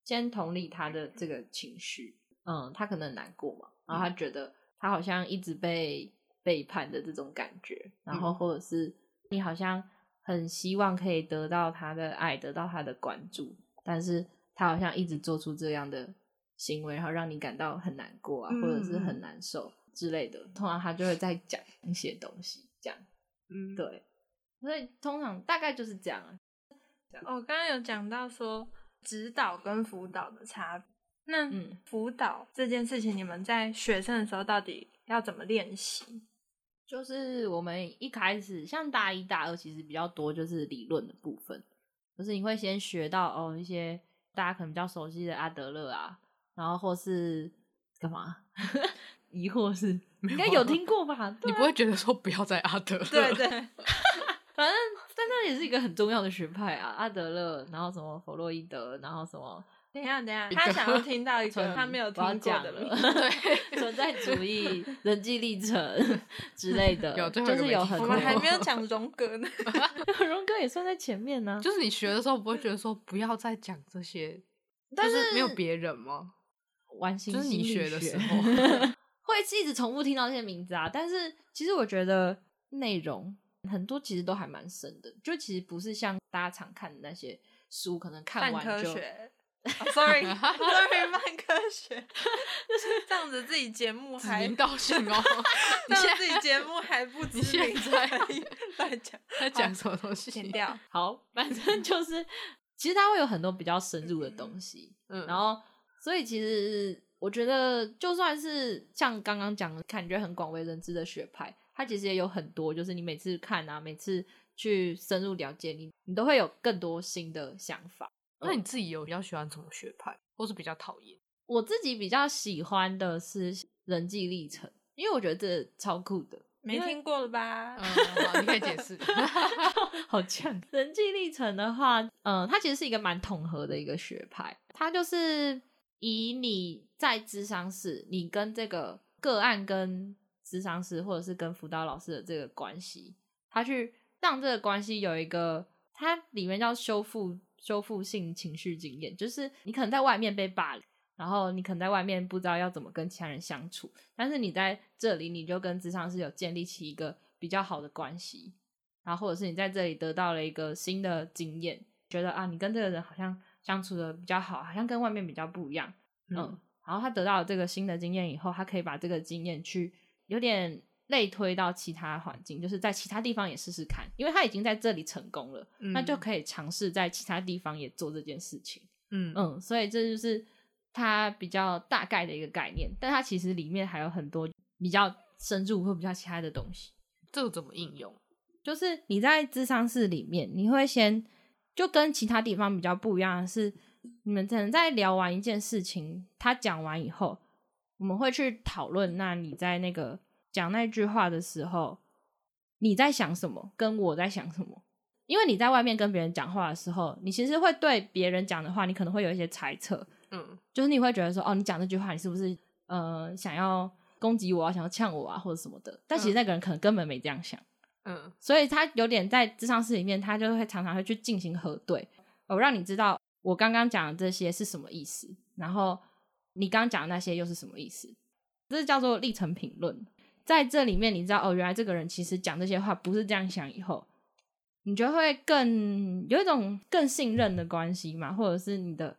Speaker 3: 先同理他的这个情绪，嗯，他可能很难过嘛，
Speaker 1: 嗯
Speaker 3: 然后他觉得他好像一直被背叛的这种感觉，然
Speaker 1: 嗯
Speaker 3: 后或者是你好像很希望可以得到他的爱，得到他的关注，但是他好像一直做出这样的行为，然后让你感到很难过啊，
Speaker 1: 嗯
Speaker 3: 或者是很难受之类的，通常他就会再讲一些东西，这样。
Speaker 1: 嗯，
Speaker 3: 对，所以通常大概就是这样啊。
Speaker 1: 我刚刚有讲到说指导跟辅导的差别，那
Speaker 3: 嗯
Speaker 1: 辅导这件事情，你们在学生的时候到底要怎么练习？
Speaker 3: 就是我们一开始像大一、大二，其实比较多就是理论的部分，就是你会先学到哦一些大家可能比较熟悉的阿德勒啊，然后或是干嘛？ 疑惑是应该有听过吧？
Speaker 2: 你
Speaker 3: 对啊
Speaker 2: 不会觉得说不要再阿德勒？
Speaker 1: 对 对，
Speaker 3: 反正但那也是一个很重要的学派啊，阿德勒，然后什么弗洛伊德，然后什么
Speaker 1: 等一下等一下，他想要听到 一个他没有听
Speaker 3: 我要
Speaker 1: 过
Speaker 3: 讲
Speaker 1: 的
Speaker 3: 了
Speaker 1: 名字，
Speaker 3: 存在主义、人际历程 之类的，
Speaker 2: 有最后
Speaker 3: 就
Speaker 2: 一个
Speaker 3: 是
Speaker 2: 没
Speaker 3: 有
Speaker 2: 听
Speaker 3: 很
Speaker 1: 我
Speaker 3: 多。
Speaker 1: 们还没 有讲荣格呢。
Speaker 3: 荣哥也算在前面呢、
Speaker 2: 就是你学的时候不会觉得说不要再讲这些，
Speaker 3: 但
Speaker 2: 就是
Speaker 3: 是
Speaker 2: 没有别人吗？
Speaker 3: 完形
Speaker 2: 就是你
Speaker 3: 心理
Speaker 2: 学
Speaker 3: 学
Speaker 2: 的时候
Speaker 3: 会一直重复听到这些名字啊。但是其实我觉得内容很多其实都还蛮深的，就其实不是像大家常看的那些书，可能看
Speaker 1: 半
Speaker 3: 完
Speaker 1: 科
Speaker 3: 就
Speaker 1: 学。s o r r y sorry，半 科学，这样子自己节目
Speaker 2: 指
Speaker 1: 还
Speaker 2: 名道姓 哦，你
Speaker 1: 这
Speaker 2: 现
Speaker 1: 样
Speaker 2: 在
Speaker 1: 自己节目还不知
Speaker 2: 你现
Speaker 1: 名，
Speaker 2: 在
Speaker 1: 乱讲，
Speaker 2: 在讲什么东西？
Speaker 1: 剪掉。
Speaker 3: 好，反正就是其实它会有很多比较深入的东西。
Speaker 2: 嗯，
Speaker 3: 然后，所以其实我觉得，就算是像刚刚讲的，感觉很广为人知的学派，它其实也有很多，就是你每次看啊，每次去深入了解你，你都会有更多新的想法。
Speaker 2: 那你自己有比较喜欢什么学派，或是比较讨 厌？
Speaker 3: 我自己比较喜欢的是人际历程，因为我觉得这超酷的。
Speaker 1: 没听过了吧？
Speaker 2: 嗯，好，你可以解释。
Speaker 3: 好呛。人际历程的话，嗯、它其实是一个蛮统合的一个学派，它就是以你在咨商室，你跟这个个案、跟咨商师或者是跟辅导老师的这个关系，他去让这个关系有一个，它里面叫修复修复性情绪经验，就是你可能在外面被霸凌。然后你可能在外面不知道要怎么跟其他人相处，但是你在这里你就跟职场是有建立起一个比较好的关系，然后或者是你在这里得到了一个新的经验，觉得啊，你跟这个人好像相处的比较好，好像跟外面比较不一样，嗯，
Speaker 2: 嗯
Speaker 3: 然后他得到了这个新的经验以后，他可以把这个经验去有点类推到其他环境，就是在其他地方也试试看，因为他已经在这里成功了，那就
Speaker 2: 嗯
Speaker 3: 可以尝试在其他地方也做这件事情。
Speaker 2: 嗯
Speaker 3: 嗯，所以这就是它比较大概的一个概念，但它其实里面还有很多比较深入或比较其他的东西。
Speaker 2: 这个怎么应用？
Speaker 3: 就是你在智商室里面，你会先就跟其他地方比较不一样的是，你们可能在聊完一件事情，他讲完以后，我们会去讨论。那你在那个讲那句话的时候，你在想什么，跟我在想什么？因为你在外面跟别人讲话的时候，你其实会对别人讲的话，你可能会有一些猜测，
Speaker 2: 嗯
Speaker 3: 就是你会觉得说，哦，你讲这句话，你是不是呃想要攻击我啊，想要呛我啊，或者什么的？但其实那个人可能根本没这样想。
Speaker 2: 嗯
Speaker 3: 所以他有点在智商室里面，他就会常常会去进行核对，我、让你知道我刚刚讲的这些是什么意思，然后你刚刚讲的那些又是什么意思，这叫做历程评论。在这里面，你知道哦，原来这个人其实讲这些话不是这样想，以后你就会更有一种更信任的关系嘛，或者是你的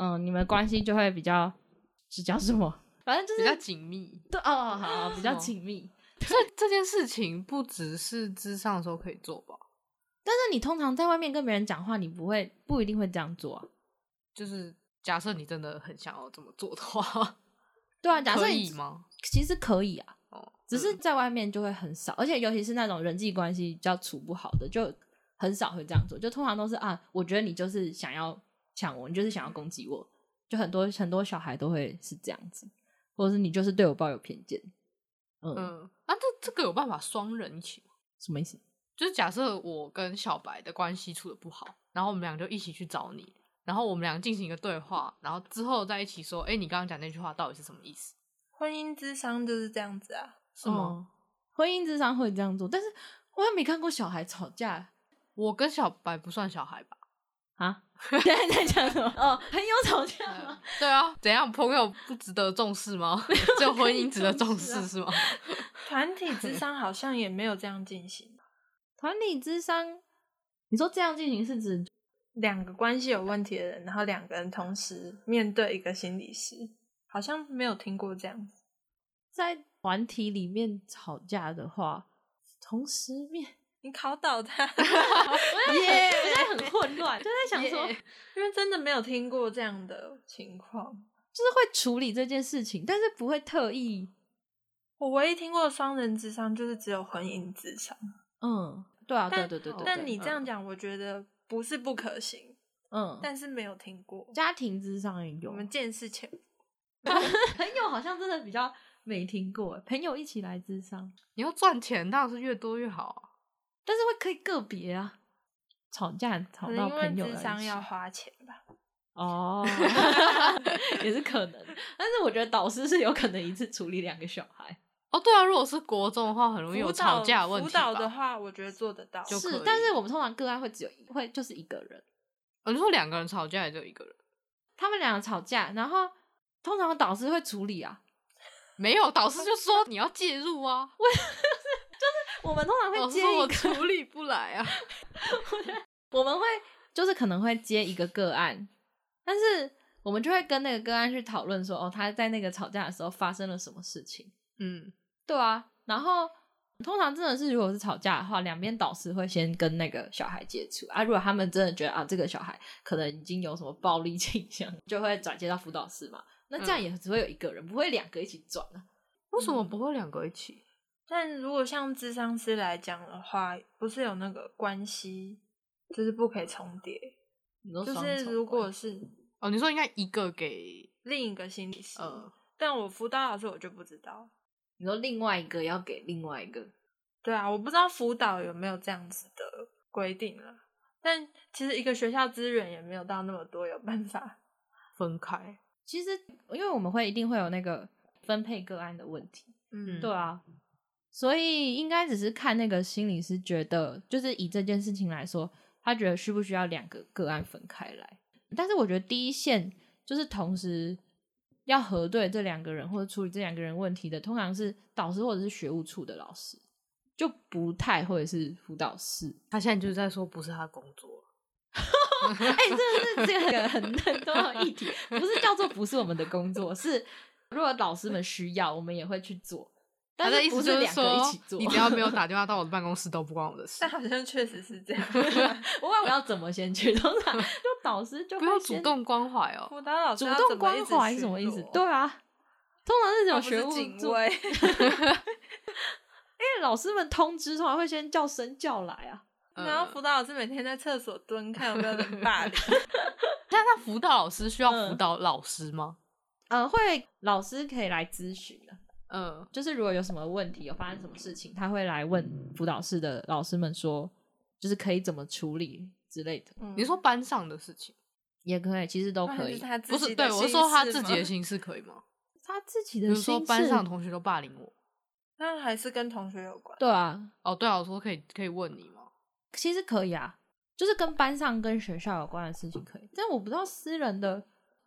Speaker 3: 嗯、你们关系就会比较，是叫什么？反正就
Speaker 2: 比较
Speaker 3: 是
Speaker 2: 紧密。
Speaker 3: 对哦，好，比较
Speaker 2: 什么
Speaker 3: 紧密。
Speaker 2: 这这件事情不只是之上的时候可以做吧？
Speaker 3: 但是你通常在外面跟别人讲话，你不会不一定会这样做啊。
Speaker 2: 就是假设你真的很想要这么做的话，
Speaker 3: 对啊，假设
Speaker 2: 可
Speaker 3: 你
Speaker 2: 以吗？
Speaker 3: 其实可以啊，
Speaker 2: 哦，
Speaker 3: 只是在外面就会很少，而且尤其是那种人际关系比较处不好的，就很少会这样做。就通常都是啊，我觉得你就是想要抢我，你就是想要攻击我，就很多很多小孩都会是这样子，或者是你就是对我抱有偏见。嗯，
Speaker 2: 嗯，啊，这这个有办法双人一起吗？
Speaker 3: 什么意思？
Speaker 2: 就是假设我跟小白的关系处的不好，然后我们俩就一起去找你，然后我们俩进行一个对话，然后之后再一起说，哎、你刚刚讲那句话到底是什么意思？
Speaker 1: 婚姻智商就是这样子啊，
Speaker 2: 是吗？
Speaker 3: 哦婚姻智商会这样做，但是我也没看过小孩吵架
Speaker 2: 我跟小白不算小孩吧？
Speaker 3: 啊。 现在在讲什么？哦，朋友吵架
Speaker 1: 呃
Speaker 3: 吗？
Speaker 2: 对啊，怎样？朋友不值得重视吗？只有婚姻值得重视是吗？
Speaker 1: 团体智商好像也没有这样进行。
Speaker 3: 团体智商，你说这样进行是指
Speaker 1: 两个关系有问题的人，然后两个人同时面对一个心理师，好像没有听过这样子。
Speaker 3: 在团体里面吵架的话，同时 面，
Speaker 1: 你考倒他，
Speaker 3: 我
Speaker 1: 耶
Speaker 3: 在很混乱，就在想说
Speaker 2: Yeah
Speaker 1: 因为真的没有听过这样的情况。
Speaker 3: 就是会处理这件事情，但是不会特意，
Speaker 1: 我唯一听过的双人智商就是只有婚姻智商，
Speaker 3: 嗯，对啊，对
Speaker 1: 但
Speaker 3: 对对对，
Speaker 1: 但
Speaker 3: 对
Speaker 1: 你这样
Speaker 3: 嗯
Speaker 1: 讲，我觉得不是不可行，
Speaker 3: 嗯，
Speaker 1: 但是没有听过。
Speaker 3: 家庭之上也有
Speaker 1: 我，们见识浅，
Speaker 3: 朋友好像真的比较没听过，欸朋友一起来智商，
Speaker 2: 你要赚钱当然是越多越好啊。
Speaker 3: 但是会可以个别啊，吵架
Speaker 1: 可
Speaker 3: 吵
Speaker 1: 能
Speaker 3: 到
Speaker 1: 因为
Speaker 3: 朋友
Speaker 1: 智
Speaker 3: 来
Speaker 1: 商
Speaker 3: 一起
Speaker 1: 要花钱吧。
Speaker 3: 哦，也是可能，但是我觉得导师是有可能一次处理两个小孩，
Speaker 2: 哦，对啊，如果是国中的话，很容易有
Speaker 1: 辅
Speaker 2: 吵
Speaker 1: 导
Speaker 2: 架问题
Speaker 1: 辅导
Speaker 2: 吧
Speaker 1: 的，话，我觉得做得到。
Speaker 2: 就是可
Speaker 3: 是
Speaker 2: 以，
Speaker 3: 但是我们通常个案会只有一会就是一个人，
Speaker 2: 哦你说两个人吵架也就一个人，
Speaker 3: 他们两个吵架，然后通常导师会处理啊，
Speaker 2: 没有导师就说你要介入啊，
Speaker 3: 我们通常
Speaker 2: 老
Speaker 3: 会
Speaker 2: 师
Speaker 3: 接
Speaker 2: 哦说
Speaker 3: 一
Speaker 2: 我
Speaker 3: 个，
Speaker 2: 处理不来啊，
Speaker 3: 我们会就是可能会接一个个案，但是我们就会跟那个个案去讨论说，哦，他在那个吵架的时候发生了什么事情。
Speaker 2: 嗯，
Speaker 3: 对啊，然后通常真的是，如果是吵架的话，两边导师会先跟那个小孩接触啊。如果他们真的觉得啊，这个小孩可能已经有什么暴力倾向，就会转接到辅导室嘛。那这
Speaker 1: 嗯
Speaker 3: 样也只会有一个人，不会两个一起转啊。
Speaker 2: 为什么不会两个一起？
Speaker 1: 但如果像智商师来讲的话，不是有那个关系，就是不可以重叠。
Speaker 3: 你说
Speaker 1: 就
Speaker 3: 双
Speaker 1: 是
Speaker 3: 重
Speaker 1: 如
Speaker 3: 关
Speaker 1: 果是
Speaker 2: 哦，你说应该一个给
Speaker 1: 另一个心理师，
Speaker 2: 呃，
Speaker 1: 但我辅导老师我就不知道。
Speaker 3: 你说另外一个要给另外一个，
Speaker 1: 对啊，我不知道辅导有没有这样子的规定啊。但其实一个学校资源也没有到那么多，有办法。嗯
Speaker 2: 分开，
Speaker 3: 其实因为我们会一定会有那个分配个案的问题，
Speaker 1: 嗯，
Speaker 3: 对啊，所以应该只是看那个心理师觉得，就是以这件事情来说，他觉得需不需要两个个案分开来。但是我觉得第一线就是同时要核对这两个人或者处理这两个人问题的，通常是导师或者是学务处的老师，就不太会是辅导室。
Speaker 2: 他现在就是在说不是他工作，
Speaker 3: 哎、这是这个很很重要的议题，不是叫做不是我们的工作，是如果老师们需要，我们也会去做。但
Speaker 2: 他的意
Speaker 3: 是不
Speaker 2: 思就是是
Speaker 3: 两个一
Speaker 2: 说
Speaker 3: 起做，
Speaker 2: 你只要 没有打电话到我的办公室都不关我的事
Speaker 1: 但，好像确实是这样。
Speaker 3: 我问我要怎么先去，通常就导师就
Speaker 2: 不
Speaker 3: 会
Speaker 2: 要主
Speaker 3: 先
Speaker 2: 动关怀哦，
Speaker 1: 辅导老师
Speaker 3: 主
Speaker 1: 要
Speaker 3: 动
Speaker 1: 怎么一
Speaker 3: 关
Speaker 1: 直
Speaker 3: 怀是
Speaker 1: 巡
Speaker 3: 什么意思？
Speaker 1: 逻
Speaker 3: 对，啊，通常哦是这
Speaker 1: 而
Speaker 3: 种
Speaker 1: 不
Speaker 3: 学
Speaker 1: 是
Speaker 3: 务
Speaker 1: 警
Speaker 3: 助，
Speaker 1: 卫。
Speaker 3: 因为老师们通知通常会先叫生叫来啊。
Speaker 1: 然后
Speaker 2: 嗯
Speaker 1: 辅导老师每天在厕所蹲，看有没有人霸 凌。
Speaker 2: 但那辅导老师需要辅
Speaker 3: 嗯
Speaker 2: 导老师吗？
Speaker 3: 呃，会老师可以来咨询的，
Speaker 2: 嗯，
Speaker 3: 就是如果有什么问题，有发生什么事情，他会来问辅导室的老师们说，就是可以怎么处理之类的，
Speaker 1: 嗯
Speaker 2: 你说班上的事情，
Speaker 3: 也可以，其实都
Speaker 1: 那
Speaker 3: 可
Speaker 1: 还是
Speaker 3: 以。
Speaker 1: 他自
Speaker 2: 不
Speaker 1: 己
Speaker 2: 是
Speaker 1: 的
Speaker 2: 对我是
Speaker 1: 心
Speaker 2: 说他
Speaker 1: 事
Speaker 2: 自己
Speaker 1: 吗
Speaker 2: 的心事可以 吗？
Speaker 3: 他自己
Speaker 2: 比
Speaker 3: 的
Speaker 2: 如
Speaker 3: 心
Speaker 2: 说班上
Speaker 3: 事
Speaker 2: 同学都霸凌我，
Speaker 1: 那还是跟同学有关。
Speaker 3: 对啊，
Speaker 2: 哦，对啊，我说可以可以问你吗？
Speaker 3: 其实可以啊，就是跟班上、跟学校有关的事情可以，但我不知道私人的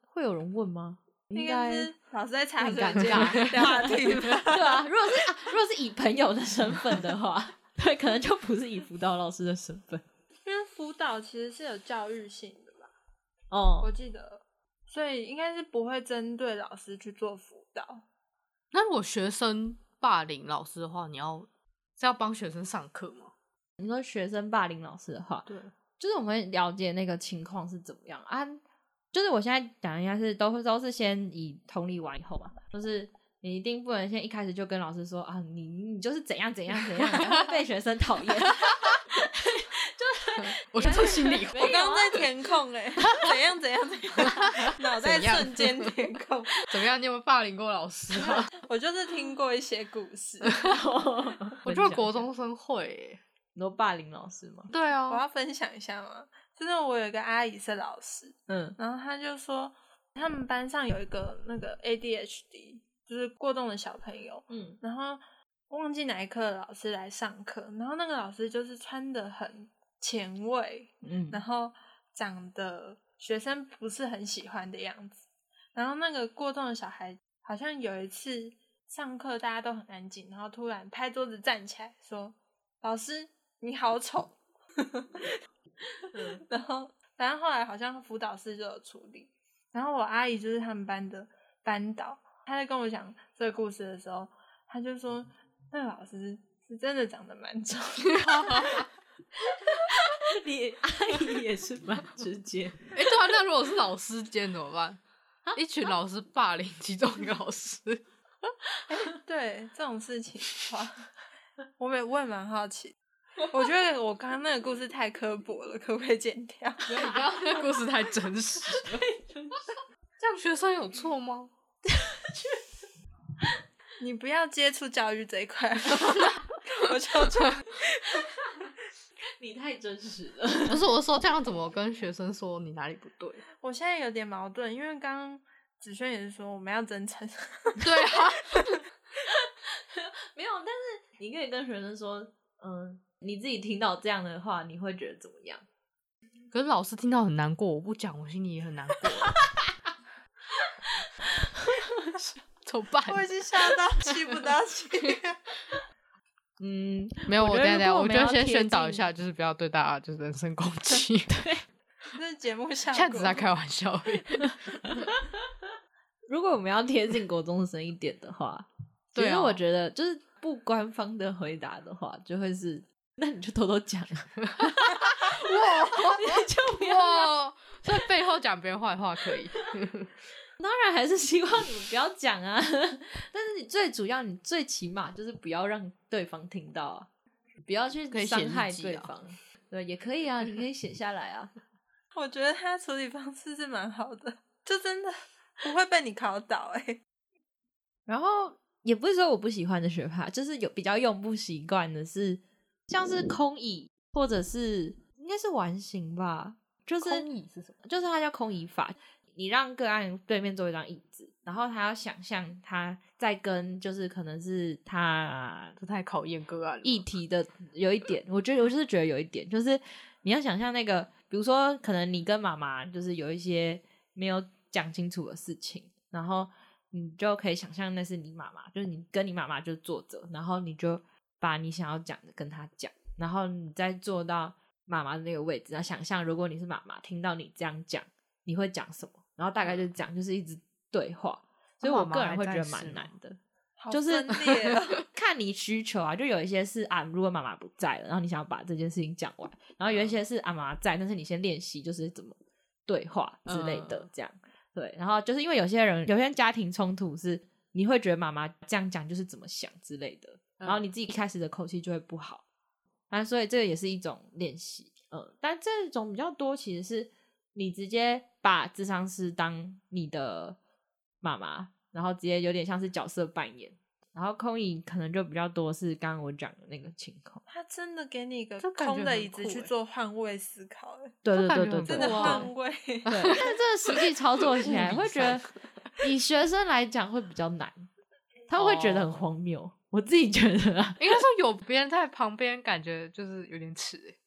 Speaker 3: 会有人问吗？应
Speaker 1: 应该
Speaker 3: 该
Speaker 1: 是老师在查
Speaker 3: 很
Speaker 1: 水
Speaker 3: 尴
Speaker 1: 间
Speaker 3: 尬
Speaker 1: 话题吧。
Speaker 3: 对啊，如果是、啊、如果是以朋友的身份的话， 对，可能就不是以辅导老师的身份
Speaker 1: 因为辅导其实是有教育性的吧，
Speaker 3: 哦
Speaker 1: 我。记得，所以应该是不会针对老师去做辅导。
Speaker 2: 那如果学生霸凌老师的话，你要是要帮学生上课吗？
Speaker 3: 你说学生霸凌老师的话，
Speaker 2: 对，
Speaker 3: 就是我们会了解那个情况是怎么样啊。就是我现在讲应该是都会都是先以同理完以后嘛，就是你一定不能先一开始就跟老师说啊，你你就是怎样怎样怎样，然后被学生讨厌。
Speaker 2: 我是说心里话
Speaker 3: 没有啊
Speaker 1: 我刚刚在填空哎、怎样怎样怎样， 脑袋
Speaker 2: 怎样
Speaker 1: 瞬间填空。
Speaker 2: 怎么样？你有没有霸凌过老师 啊？
Speaker 1: 我就是听过一些故 事，
Speaker 2: 我
Speaker 3: 我
Speaker 2: 觉得国中生会欸耶、
Speaker 3: 你都霸凌老师吗？
Speaker 2: 对
Speaker 1: 我
Speaker 2: 啊，
Speaker 1: 要分享一下嘛。就是我有一个阿姨是老师，
Speaker 3: 嗯，
Speaker 1: 然后她就说他们班上有一个那个 ADHD，就是过动的小朋友，
Speaker 3: 嗯，
Speaker 1: 然后忘记哪一课的老师来上课，然后那个老师就是穿的很前卫，
Speaker 3: 嗯，
Speaker 1: 然后长得学生不是很喜欢的样子。然后那个过动的小孩好像有一次上课大家都很安静，然后突然拍桌子站起来说：“老师你好丑。 然后反正后来好像辅导室就有处理。然后我阿姨就是他们班的班导，她在跟我讲这个故事的时候，她就说那个老师是真的长得蛮丑的。
Speaker 3: 你 阿姨也是蛮直接。
Speaker 2: 哎、对啊，那如果是老师间怎么办？一群老师霸凌其中一个老 师，
Speaker 1: 对这种事情的话，我也我也蛮好奇。我觉得我刚刚那个故事太刻薄了，可不可以剪掉？
Speaker 2: 觉得你刚刚 那故事啊 太真实了，这样学生有错吗？
Speaker 1: 你不要接触教育这一块，我就就
Speaker 3: 你太真实了。
Speaker 2: 不是，我是说这样怎么跟学生说你哪里不对？
Speaker 1: 我现在有点矛盾，因为刚刚子轩也是说我们要真 诚，
Speaker 2: 对啊，
Speaker 3: 没有，但是你可以跟学生说，嗯，你自己听到这样的话，你会觉得怎么样？
Speaker 2: 可是老师听到很难过，我不讲，我心里也很难过， 怎么办？
Speaker 1: 我已经吓到气不到气。
Speaker 3: 嗯，
Speaker 2: 没有，
Speaker 3: 我
Speaker 2: 我
Speaker 3: 觉
Speaker 2: 等
Speaker 3: 得
Speaker 2: 一下等一下，
Speaker 3: 如果
Speaker 2: 我
Speaker 3: 我
Speaker 2: 就
Speaker 3: 们要
Speaker 2: 先
Speaker 3: 贴
Speaker 2: 宣导一
Speaker 3: 近
Speaker 2: 下，就是不要对大家就是人身攻 击，
Speaker 1: 这是节目效果。
Speaker 2: 现在只是在开玩笑而已。
Speaker 3: 如果我们要贴近国中生一点的话，
Speaker 2: 对啊
Speaker 3: 其实我觉得就是不官方的回答的话，就会是，那你就偷偷讲，
Speaker 2: 哇
Speaker 3: 你 就不要。
Speaker 2: 哇，在背后讲别人坏话可以，
Speaker 3: 当然还是希望你们不要讲啊， 但是你最主要，你最起码就是不要让对方听到啊，不要去
Speaker 2: 可以写
Speaker 3: 伤
Speaker 2: 日
Speaker 3: 害
Speaker 2: 记
Speaker 3: 对
Speaker 2: 啊
Speaker 3: 方。对，也可以啊，你可以写下来啊。
Speaker 1: 我觉得他处理方式是蛮好的，就真的不会被你考倒哎、
Speaker 3: 然后也不是说我不喜欢的学派，就是有比较用不习惯的是，像是空椅或者是应该是完形吧，就是
Speaker 2: 空椅是什
Speaker 3: 么？就是它叫空椅法。你让个案对面坐一张椅子，然后他要想象他在跟就是可能是他
Speaker 2: 这太考验个案了。
Speaker 3: 议题的有一点，我觉得我就是觉得有一点，就是你要想象那个，比如说可能你跟妈妈就是有一些没有讲清楚的事情，然后你就可以想象那是你妈妈，就是你跟你妈妈就坐着，然后你就把你想要讲的跟她讲，然后你再坐到妈妈的那个位置，然后想象如果你是妈妈听到你这样讲，你会讲什么，然后大概就是讲就是一直对话，所以
Speaker 2: 那
Speaker 3: 我
Speaker 2: 妈
Speaker 3: 个
Speaker 2: 妈
Speaker 3: 人
Speaker 2: 还
Speaker 3: 会
Speaker 2: 在
Speaker 3: 觉得
Speaker 2: 世
Speaker 3: 蛮
Speaker 2: 吗
Speaker 3: 难的。
Speaker 1: 好
Speaker 3: 就是
Speaker 1: 分裂哦
Speaker 3: 看你需求啊，就有一些是啊，如果妈妈不在了，然后你想要把这件事情讲完，然
Speaker 1: 嗯
Speaker 3: 后有一些是啊妈妈在，但是你先练习就是怎么对话之类的
Speaker 2: 嗯，
Speaker 3: 这样、对。然后就是因为有些人有些家庭冲突是你会觉得妈妈这样讲就是怎么想之类的，然后你自己一开始的口气就会不好，啊，所以这个也是一种练习，嗯，但这种比较多其实是你直接把智商师当你的妈妈，然后直接有点像是角色扮演。然后空椅可能就比较多是刚刚我讲的那个情况，
Speaker 1: 他真的给你一个
Speaker 2: 这感觉
Speaker 1: 空的
Speaker 2: 很
Speaker 1: 椅子
Speaker 2: 酷
Speaker 1: 去
Speaker 2: 欸
Speaker 1: 做换位思考、欸，
Speaker 3: 对
Speaker 2: 这
Speaker 3: 对
Speaker 2: 感
Speaker 3: 对
Speaker 2: 觉
Speaker 3: 对
Speaker 2: 很
Speaker 3: 对，
Speaker 1: 真的
Speaker 2: 酷
Speaker 3: 对
Speaker 2: 啊
Speaker 1: 换位。
Speaker 3: 对，但是这个实际操作起 来，
Speaker 2: 物理
Speaker 3: 会觉得以学生来讲会比较难，他们会觉得很
Speaker 2: 哦
Speaker 3: 荒谬。我自己觉得啊，
Speaker 2: 应该说有别人在旁边，感觉就是有点耻、欸，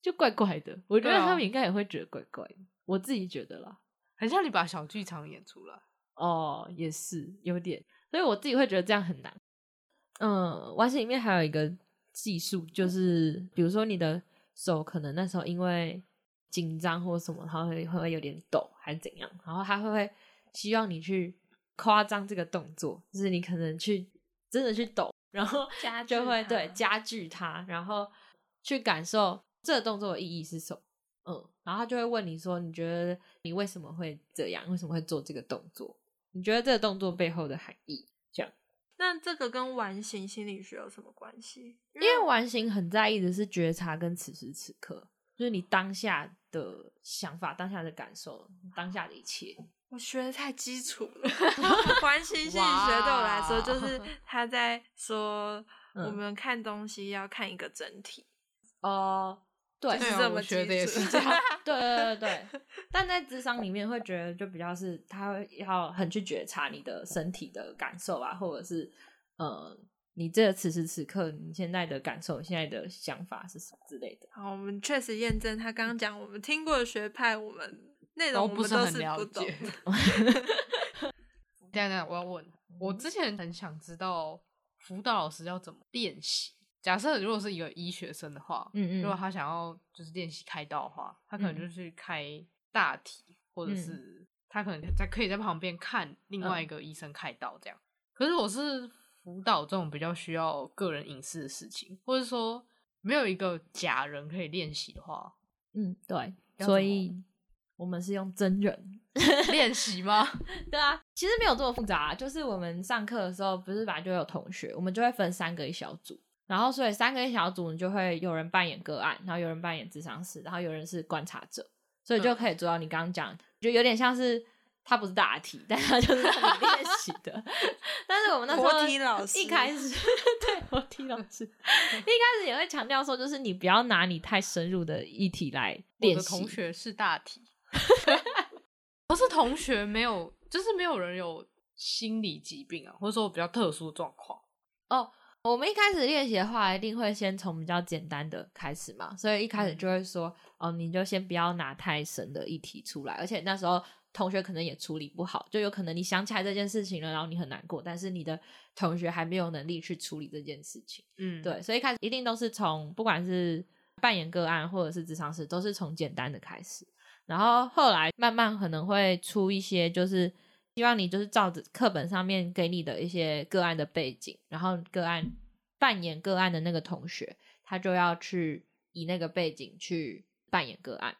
Speaker 3: 就怪怪的。我觉
Speaker 2: 对
Speaker 3: 得
Speaker 2: 啊
Speaker 3: 他们应该也会觉得怪怪的，我自己觉得啦。
Speaker 2: 很像你把小剧场演出来。
Speaker 3: 哦，也是有点，所以我自己会觉得这样很难。嗯，完形里面还有一个技术，
Speaker 1: 嗯
Speaker 3: 就是比如说你的手可能那时候因为紧张或什么，它会会会有点抖还是怎样，然后它会会希望你去夸张这个动作，就是你可能去真的去抖，然后
Speaker 1: 加
Speaker 3: 就
Speaker 1: 剧
Speaker 3: 会对
Speaker 1: 它
Speaker 3: 加剧它，然后去感受这个动作的意义是什么。嗯，然后他就会问你说，你觉得你为什么会这样？为什么会做这个动作？你觉得这个动作背后的含义？
Speaker 1: 那这个跟完形心理学有什么关系？因
Speaker 3: 因为完形很在意的是觉察跟此时此刻，就是你当下的想法、当下的感受、当下的一切。
Speaker 1: 我学的太基础了， 完形心理学对我来说 就是他在说
Speaker 3: 嗯
Speaker 1: 我们看东西要看一个整体，
Speaker 3: 哦、对
Speaker 1: 就是
Speaker 2: 啊
Speaker 1: 这
Speaker 2: 我
Speaker 1: 么
Speaker 2: 学
Speaker 1: 基
Speaker 2: 的也
Speaker 1: 础
Speaker 2: 是这样
Speaker 3: 对对对 对，但在智商里面会觉得就比较是他会要很去觉察你的身体的感受啊，或者是呃，你这个此时此刻你现在的感受、现在的想法是什么之类的。
Speaker 1: 好，我们确实验证他刚刚讲，我们听过的学派，我们内容
Speaker 2: 都
Speaker 1: 我
Speaker 2: 不
Speaker 1: 们
Speaker 2: 是
Speaker 1: 都
Speaker 2: 很
Speaker 1: 是
Speaker 2: 了
Speaker 1: 不懂
Speaker 2: 解
Speaker 1: 的。
Speaker 2: 等一下等一下，我要问，我之前很想知道辅导老师要怎么练习。假设如果是一个医学生的话，
Speaker 3: 嗯嗯
Speaker 2: 如果他想要就是练习开刀的话，他可能
Speaker 3: 嗯
Speaker 2: 就去开大体，或者
Speaker 3: 嗯
Speaker 2: 是他可能在可以在旁边看另外一个医生开刀这样。可是我是辅导这种比较需要个人隐私的事情，或者说没有一个假人可以练习的话，
Speaker 3: 嗯，对，
Speaker 2: 要
Speaker 3: 所
Speaker 2: 怎么
Speaker 3: 以我们是用真人。
Speaker 2: 练习 吗？
Speaker 3: 对啊，其实没有这么复杂啊、就是我们上课的时候，不是本来就有同学，我们就会分三个一小组，然后所以三个小组你就会有人扮演个案，然后有人扮演智商师，然后有人是观察者，所以
Speaker 1: 嗯
Speaker 3: 就可以做到你刚刚讲，就有点像是它不是大题，但它就是让你练习的。 但是我们那时候
Speaker 1: 活体老师
Speaker 3: 一开始 对活体老师 一开始也会强调说，就是你不要拿你太深入的议题来
Speaker 2: 我
Speaker 3: 练
Speaker 2: 的
Speaker 3: 习。
Speaker 2: 同学是大 题，不是同学没有，就是没有人有心理疾病啊，或者说比较特殊状况。
Speaker 3: 我们一开始练习的话，一定会先从比较简单的开始嘛，所以一开始
Speaker 2: 嗯
Speaker 3: 就会说，哦，你就先不要拿太深的议题出来，而且那时候同学可能也处理不好，就有可能你想起来这件事情了，然后你很难过，但是你的同学还没有能力去处理这件事情，
Speaker 2: 嗯，
Speaker 3: 对，所以一开始一定都是从不管是扮演个案或者是智商师，都是从简单的开始，然后后来慢慢可能会出一些就是。希望你就是照着课本上面给你的一些个案的背景，然后个案扮演个案的那个同学，他就要去以那个背景去扮演个案，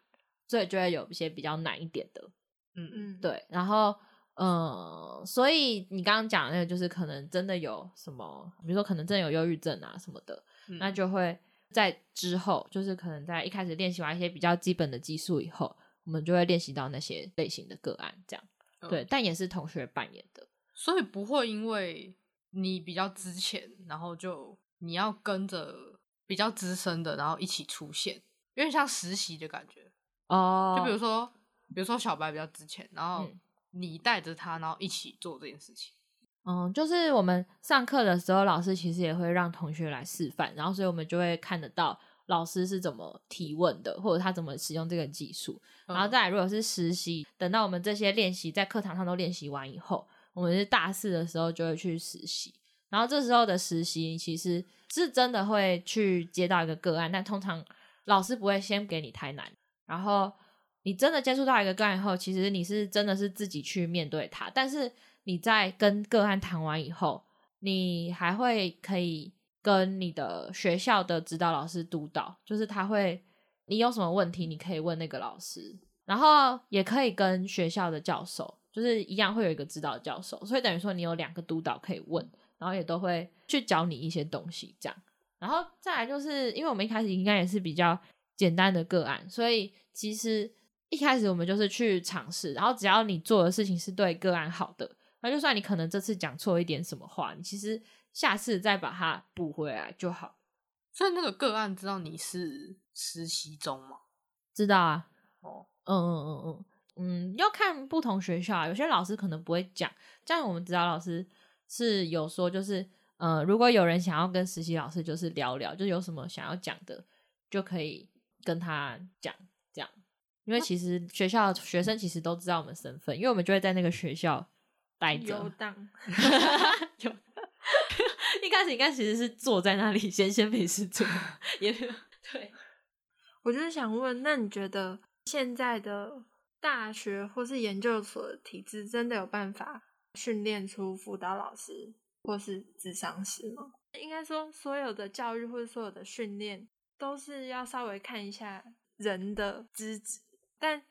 Speaker 3: 所以就会有一些比较难一点的，
Speaker 2: 嗯
Speaker 1: 嗯，，
Speaker 3: 对。然后，嗯，所以你刚刚讲的那个就是可能真的有什么，比如说可能真的有忧郁症啊什么的，
Speaker 2: 嗯，
Speaker 3: 那就会在之后，就是可能在一开始练习完一些比较基本的技术以后，我们就会练习到那些类型的个案，这样、
Speaker 2: 嗯
Speaker 3: 对，但也是同学扮演的，
Speaker 2: 所以不会因为你比较之前，然后就你要跟着比较资深的，然后一起出现，有点像实习的感觉。
Speaker 3: 哦
Speaker 2: 就比如说，比如说小白比较之前，然后
Speaker 3: 嗯
Speaker 2: 你带着他，然后一起做这件事情。
Speaker 3: 嗯，就是我们上课的时候，老师其实也会让同学来示范，然后所以我们就会看得到老师是怎么提问的，或者他怎么使用这个技术。然后
Speaker 2: 嗯
Speaker 3: 再来，如果是实习，等到我们这些练习在课堂上都练习完以后，我们是大四的时候就会去实习。然后这时候的实习其实是真的会去接到一个个案，但通常老师不会先给你太难，然后你真的接触到一个个案以后，其实你是真的是自己去面对它，但是你在跟个案谈完以后，你还会可以跟你的学校的指导老师督导，就是他会你有什么问题，你可以问那个老师，然后也可以跟学校的教授，就是一样会有一个指导教授，所以等于说你有两个督导可以问，然后也都会去教你一些东西这样。然后再来就是，因为我们一开始应该也是比较简单的个案，所以其实一开始我们就是去尝试，然后只要你做的事情是对个案好的，那就算你可能这次讲错一点什么话，你其实下次再把它补回来就好。
Speaker 2: 所以那个个案知道你是实习中嘛？
Speaker 3: 知道啊？
Speaker 2: 哦，
Speaker 3: 嗯嗯嗯嗯嗯，要看不同学校啊，有些老师可能不会讲，像我们指导老师是有说，就是呃，如果有人想要跟实习老师就是聊聊，就是有什么想要讲的，就可以跟他讲这样。因为其实学校学生其实都知道我们身份，因为我们就会在那个学校待着，
Speaker 1: 游荡，
Speaker 3: 有， 一开始应该其实是坐在那里闲闲没事做，也没有对，
Speaker 1: 我就是想问，那你觉得现在的大学或是研究所的体制，真的有办法训练出辅导老师或是智商师吗？应该说，所有的教育或者所有的训练，都是要稍微看一下人的资质，但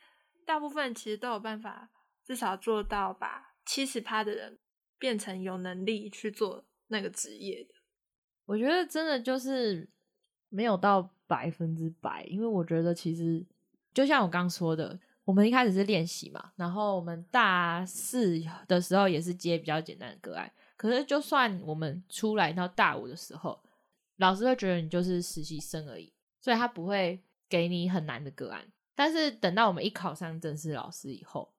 Speaker 1: 大部分其实都有办法，至少做到把七十趴的人变成有能力去做那个职业的。
Speaker 3: 我觉得真的就是没有到百分之百，因为我觉得其实就像我刚说的，我们一开始是练习嘛，然后我们大四的时候也是接比较简单的个案，可是就算我们出来到大五的时候，老师会觉得你就是实习生而已，所以他不会给你很难的个案。但是等到我们一考上正式老师以后，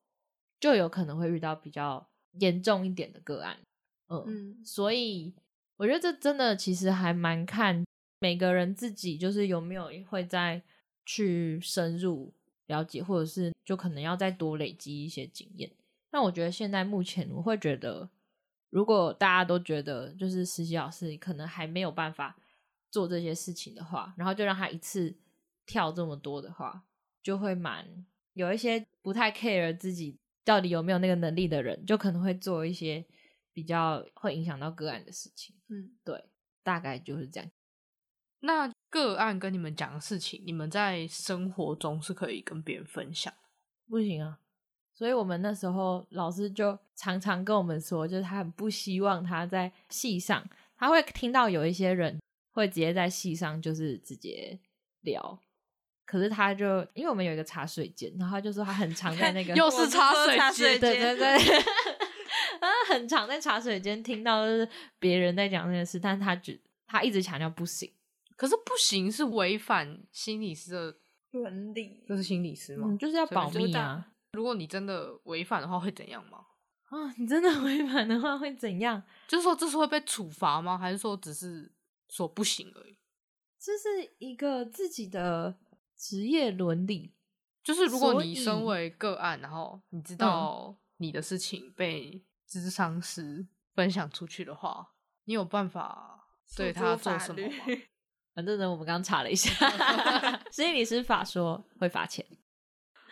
Speaker 3: 就有可能会遇到比较严重一点的个案，嗯
Speaker 1: 嗯，
Speaker 3: 所以我觉得这真的其实还蛮看每个人自己，就是有没有会再去深入了解，或者是就可能要再多累积一些经验。那我觉得现在目前我会觉得，如果大家都觉得就是实习老师可能还没有办法做这些事情的话，然后就让他一次跳这么多的话，就会蛮有一些不太 care 自己到底有没有那个能力的人，就可能会做一些比较会影响到个案的事情。
Speaker 1: 嗯，
Speaker 3: 对，大概就是这样。
Speaker 2: 那个案跟你们讲的事情，你们在生活中是可以跟别人分享。
Speaker 3: 不行啊，所以我们那时候老师就常常跟我们说，就是他很不希望他在系上，他会听到有一些人会直接在系上就是直接聊。可是他就因为我们有一个茶水间，然后他就说他很常在那 个
Speaker 2: 又
Speaker 1: 我
Speaker 2: 是
Speaker 1: 就
Speaker 2: 茶
Speaker 1: 说
Speaker 2: 水
Speaker 1: 茶
Speaker 2: 间
Speaker 1: 水
Speaker 3: 对
Speaker 1: 间
Speaker 3: 对对， 他很常在茶水间听到就是别人在讲这件事，但是他只他一直强调不行。
Speaker 2: 可是不行，是违反心理师的，
Speaker 1: 伦理
Speaker 2: 这是心理师吗？
Speaker 3: 嗯，就是要
Speaker 2: 所以
Speaker 3: 保
Speaker 2: 就
Speaker 3: 密
Speaker 2: 大
Speaker 3: 啊！
Speaker 2: 如果你真的违反的话，会怎样吗？
Speaker 3: 啊，你真的违反的话会怎样？
Speaker 2: 就是说这是会被处罚吗？还是说只是说不行而已？
Speaker 3: 这是一个自己的职业伦理，
Speaker 2: 就是如果
Speaker 3: 所
Speaker 2: 你
Speaker 3: 以嗯
Speaker 2: 身为个案，然后你知道你的事情被智商师分享出去的话，你有办法对
Speaker 1: 诉
Speaker 2: 他
Speaker 1: 诸
Speaker 2: 做
Speaker 1: 法
Speaker 2: 什么
Speaker 1: 律
Speaker 2: 吗？
Speaker 3: 反正呢，我们刚刚查了一下， 心理师法说会罚钱。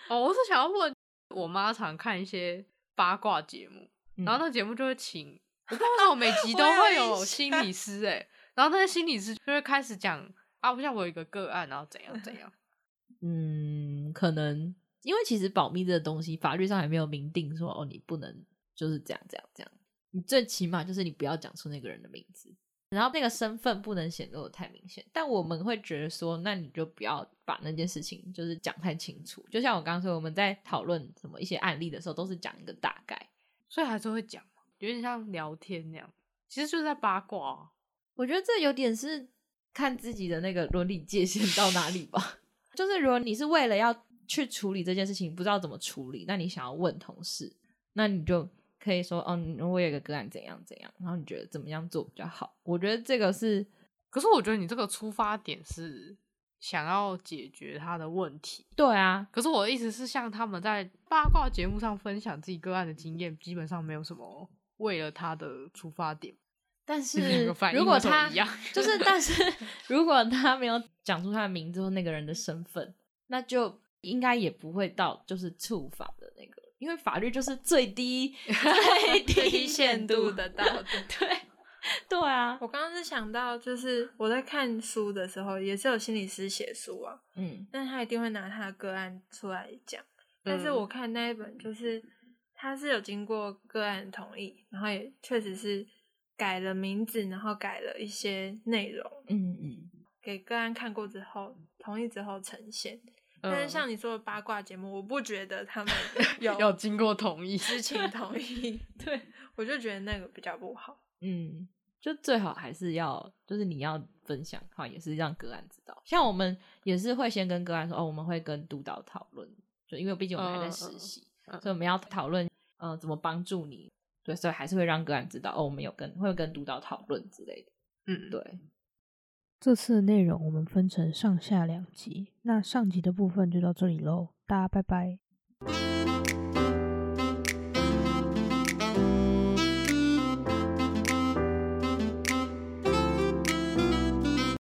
Speaker 2: 哦，我是想要问，我妈常看一些八卦节目，
Speaker 3: 嗯
Speaker 2: 然后那节目就会请，我不知道为什么每集
Speaker 1: 我
Speaker 2: 都
Speaker 1: 有
Speaker 2: 会
Speaker 1: 印
Speaker 2: 有
Speaker 1: 象
Speaker 2: 心理师哎、然后那些心理师就会开始讲啊，不像我有一个个案，然后怎样怎样，
Speaker 3: 嗯，可能因为其实保密这个东西，法律上也没有明定说哦，你不能就是这样这样这样。你最起码就是你不要讲出那个人的名字，然后那个身份不能显露的太明显。但我们会觉得说，那你就不要把那件事情就是讲太清楚。就像我刚刚说，我们在讨论什么一些案例的时候，都是讲一个大概。
Speaker 2: 所以还是会讲，有点像聊天那样，其实就是在八卦啊、
Speaker 3: 我觉得这有点是看自己的那个伦理 界限到哪里吧。就是如果你是为了要去处理这件事情，不知道怎么处理，那你想要问同事，那你就可以说，哦，你我有一个个案怎样怎样，然后你觉得怎么样做比较好？我觉得这个是
Speaker 2: 可是我觉得你这个出发点是想要解决他的问题，
Speaker 3: 对啊，
Speaker 2: 可是我的意思是，像他们在八卦节目上分享自己个案的经验，基本上没有什么为了他的出发点。
Speaker 3: 但
Speaker 2: 你们两
Speaker 3: 是
Speaker 2: 个反应
Speaker 3: 如果
Speaker 2: 为什么
Speaker 3: 他
Speaker 2: 一样
Speaker 3: 就 是，但是如果他没有讲出他的名字或那个人的身份，那就应该也不会到就是触法的那个，因为法律就是最 低最
Speaker 1: 最
Speaker 3: 低
Speaker 1: 低
Speaker 3: 限
Speaker 1: 限
Speaker 3: 度
Speaker 1: 度的道德。
Speaker 3: 对对啊，
Speaker 1: 我刚刚是想到，就是我在看书的时候，也是有心理师写书啊，
Speaker 3: 嗯
Speaker 1: 但他一定会拿他的个案出来讲。但是
Speaker 2: 嗯
Speaker 1: 我看那一本，就是他是有经过个案同意，然后也确实是改了名字，然后改了一些内容
Speaker 3: 嗯嗯，
Speaker 1: 给个案看过之后，同意之后呈现。
Speaker 2: 嗯
Speaker 1: 但是像你说的八卦节目，我不觉得他们 有
Speaker 2: 要经过同意，
Speaker 1: 知情同意，
Speaker 3: 对，
Speaker 1: 我就觉得那个比较不好。
Speaker 3: 嗯，就最好还是要，就是你要分享的话，也是让个案知道。像我们也是会先跟个案说，哦，我们会跟督导讨论，就因为毕竟我们还在
Speaker 2: 嗯嗯
Speaker 3: 实
Speaker 2: 嗯
Speaker 3: 习，
Speaker 2: 嗯
Speaker 3: 所以我们要讨论，呃，怎么帮助你。对，所以还是会让个案知道，哦，我们有跟会跟督导讨论之类的。
Speaker 2: 嗯，
Speaker 3: 对，
Speaker 4: 这次的内容我们分成上下两集，那上集的部分就到这里喽，大家拜拜。
Speaker 5: Thank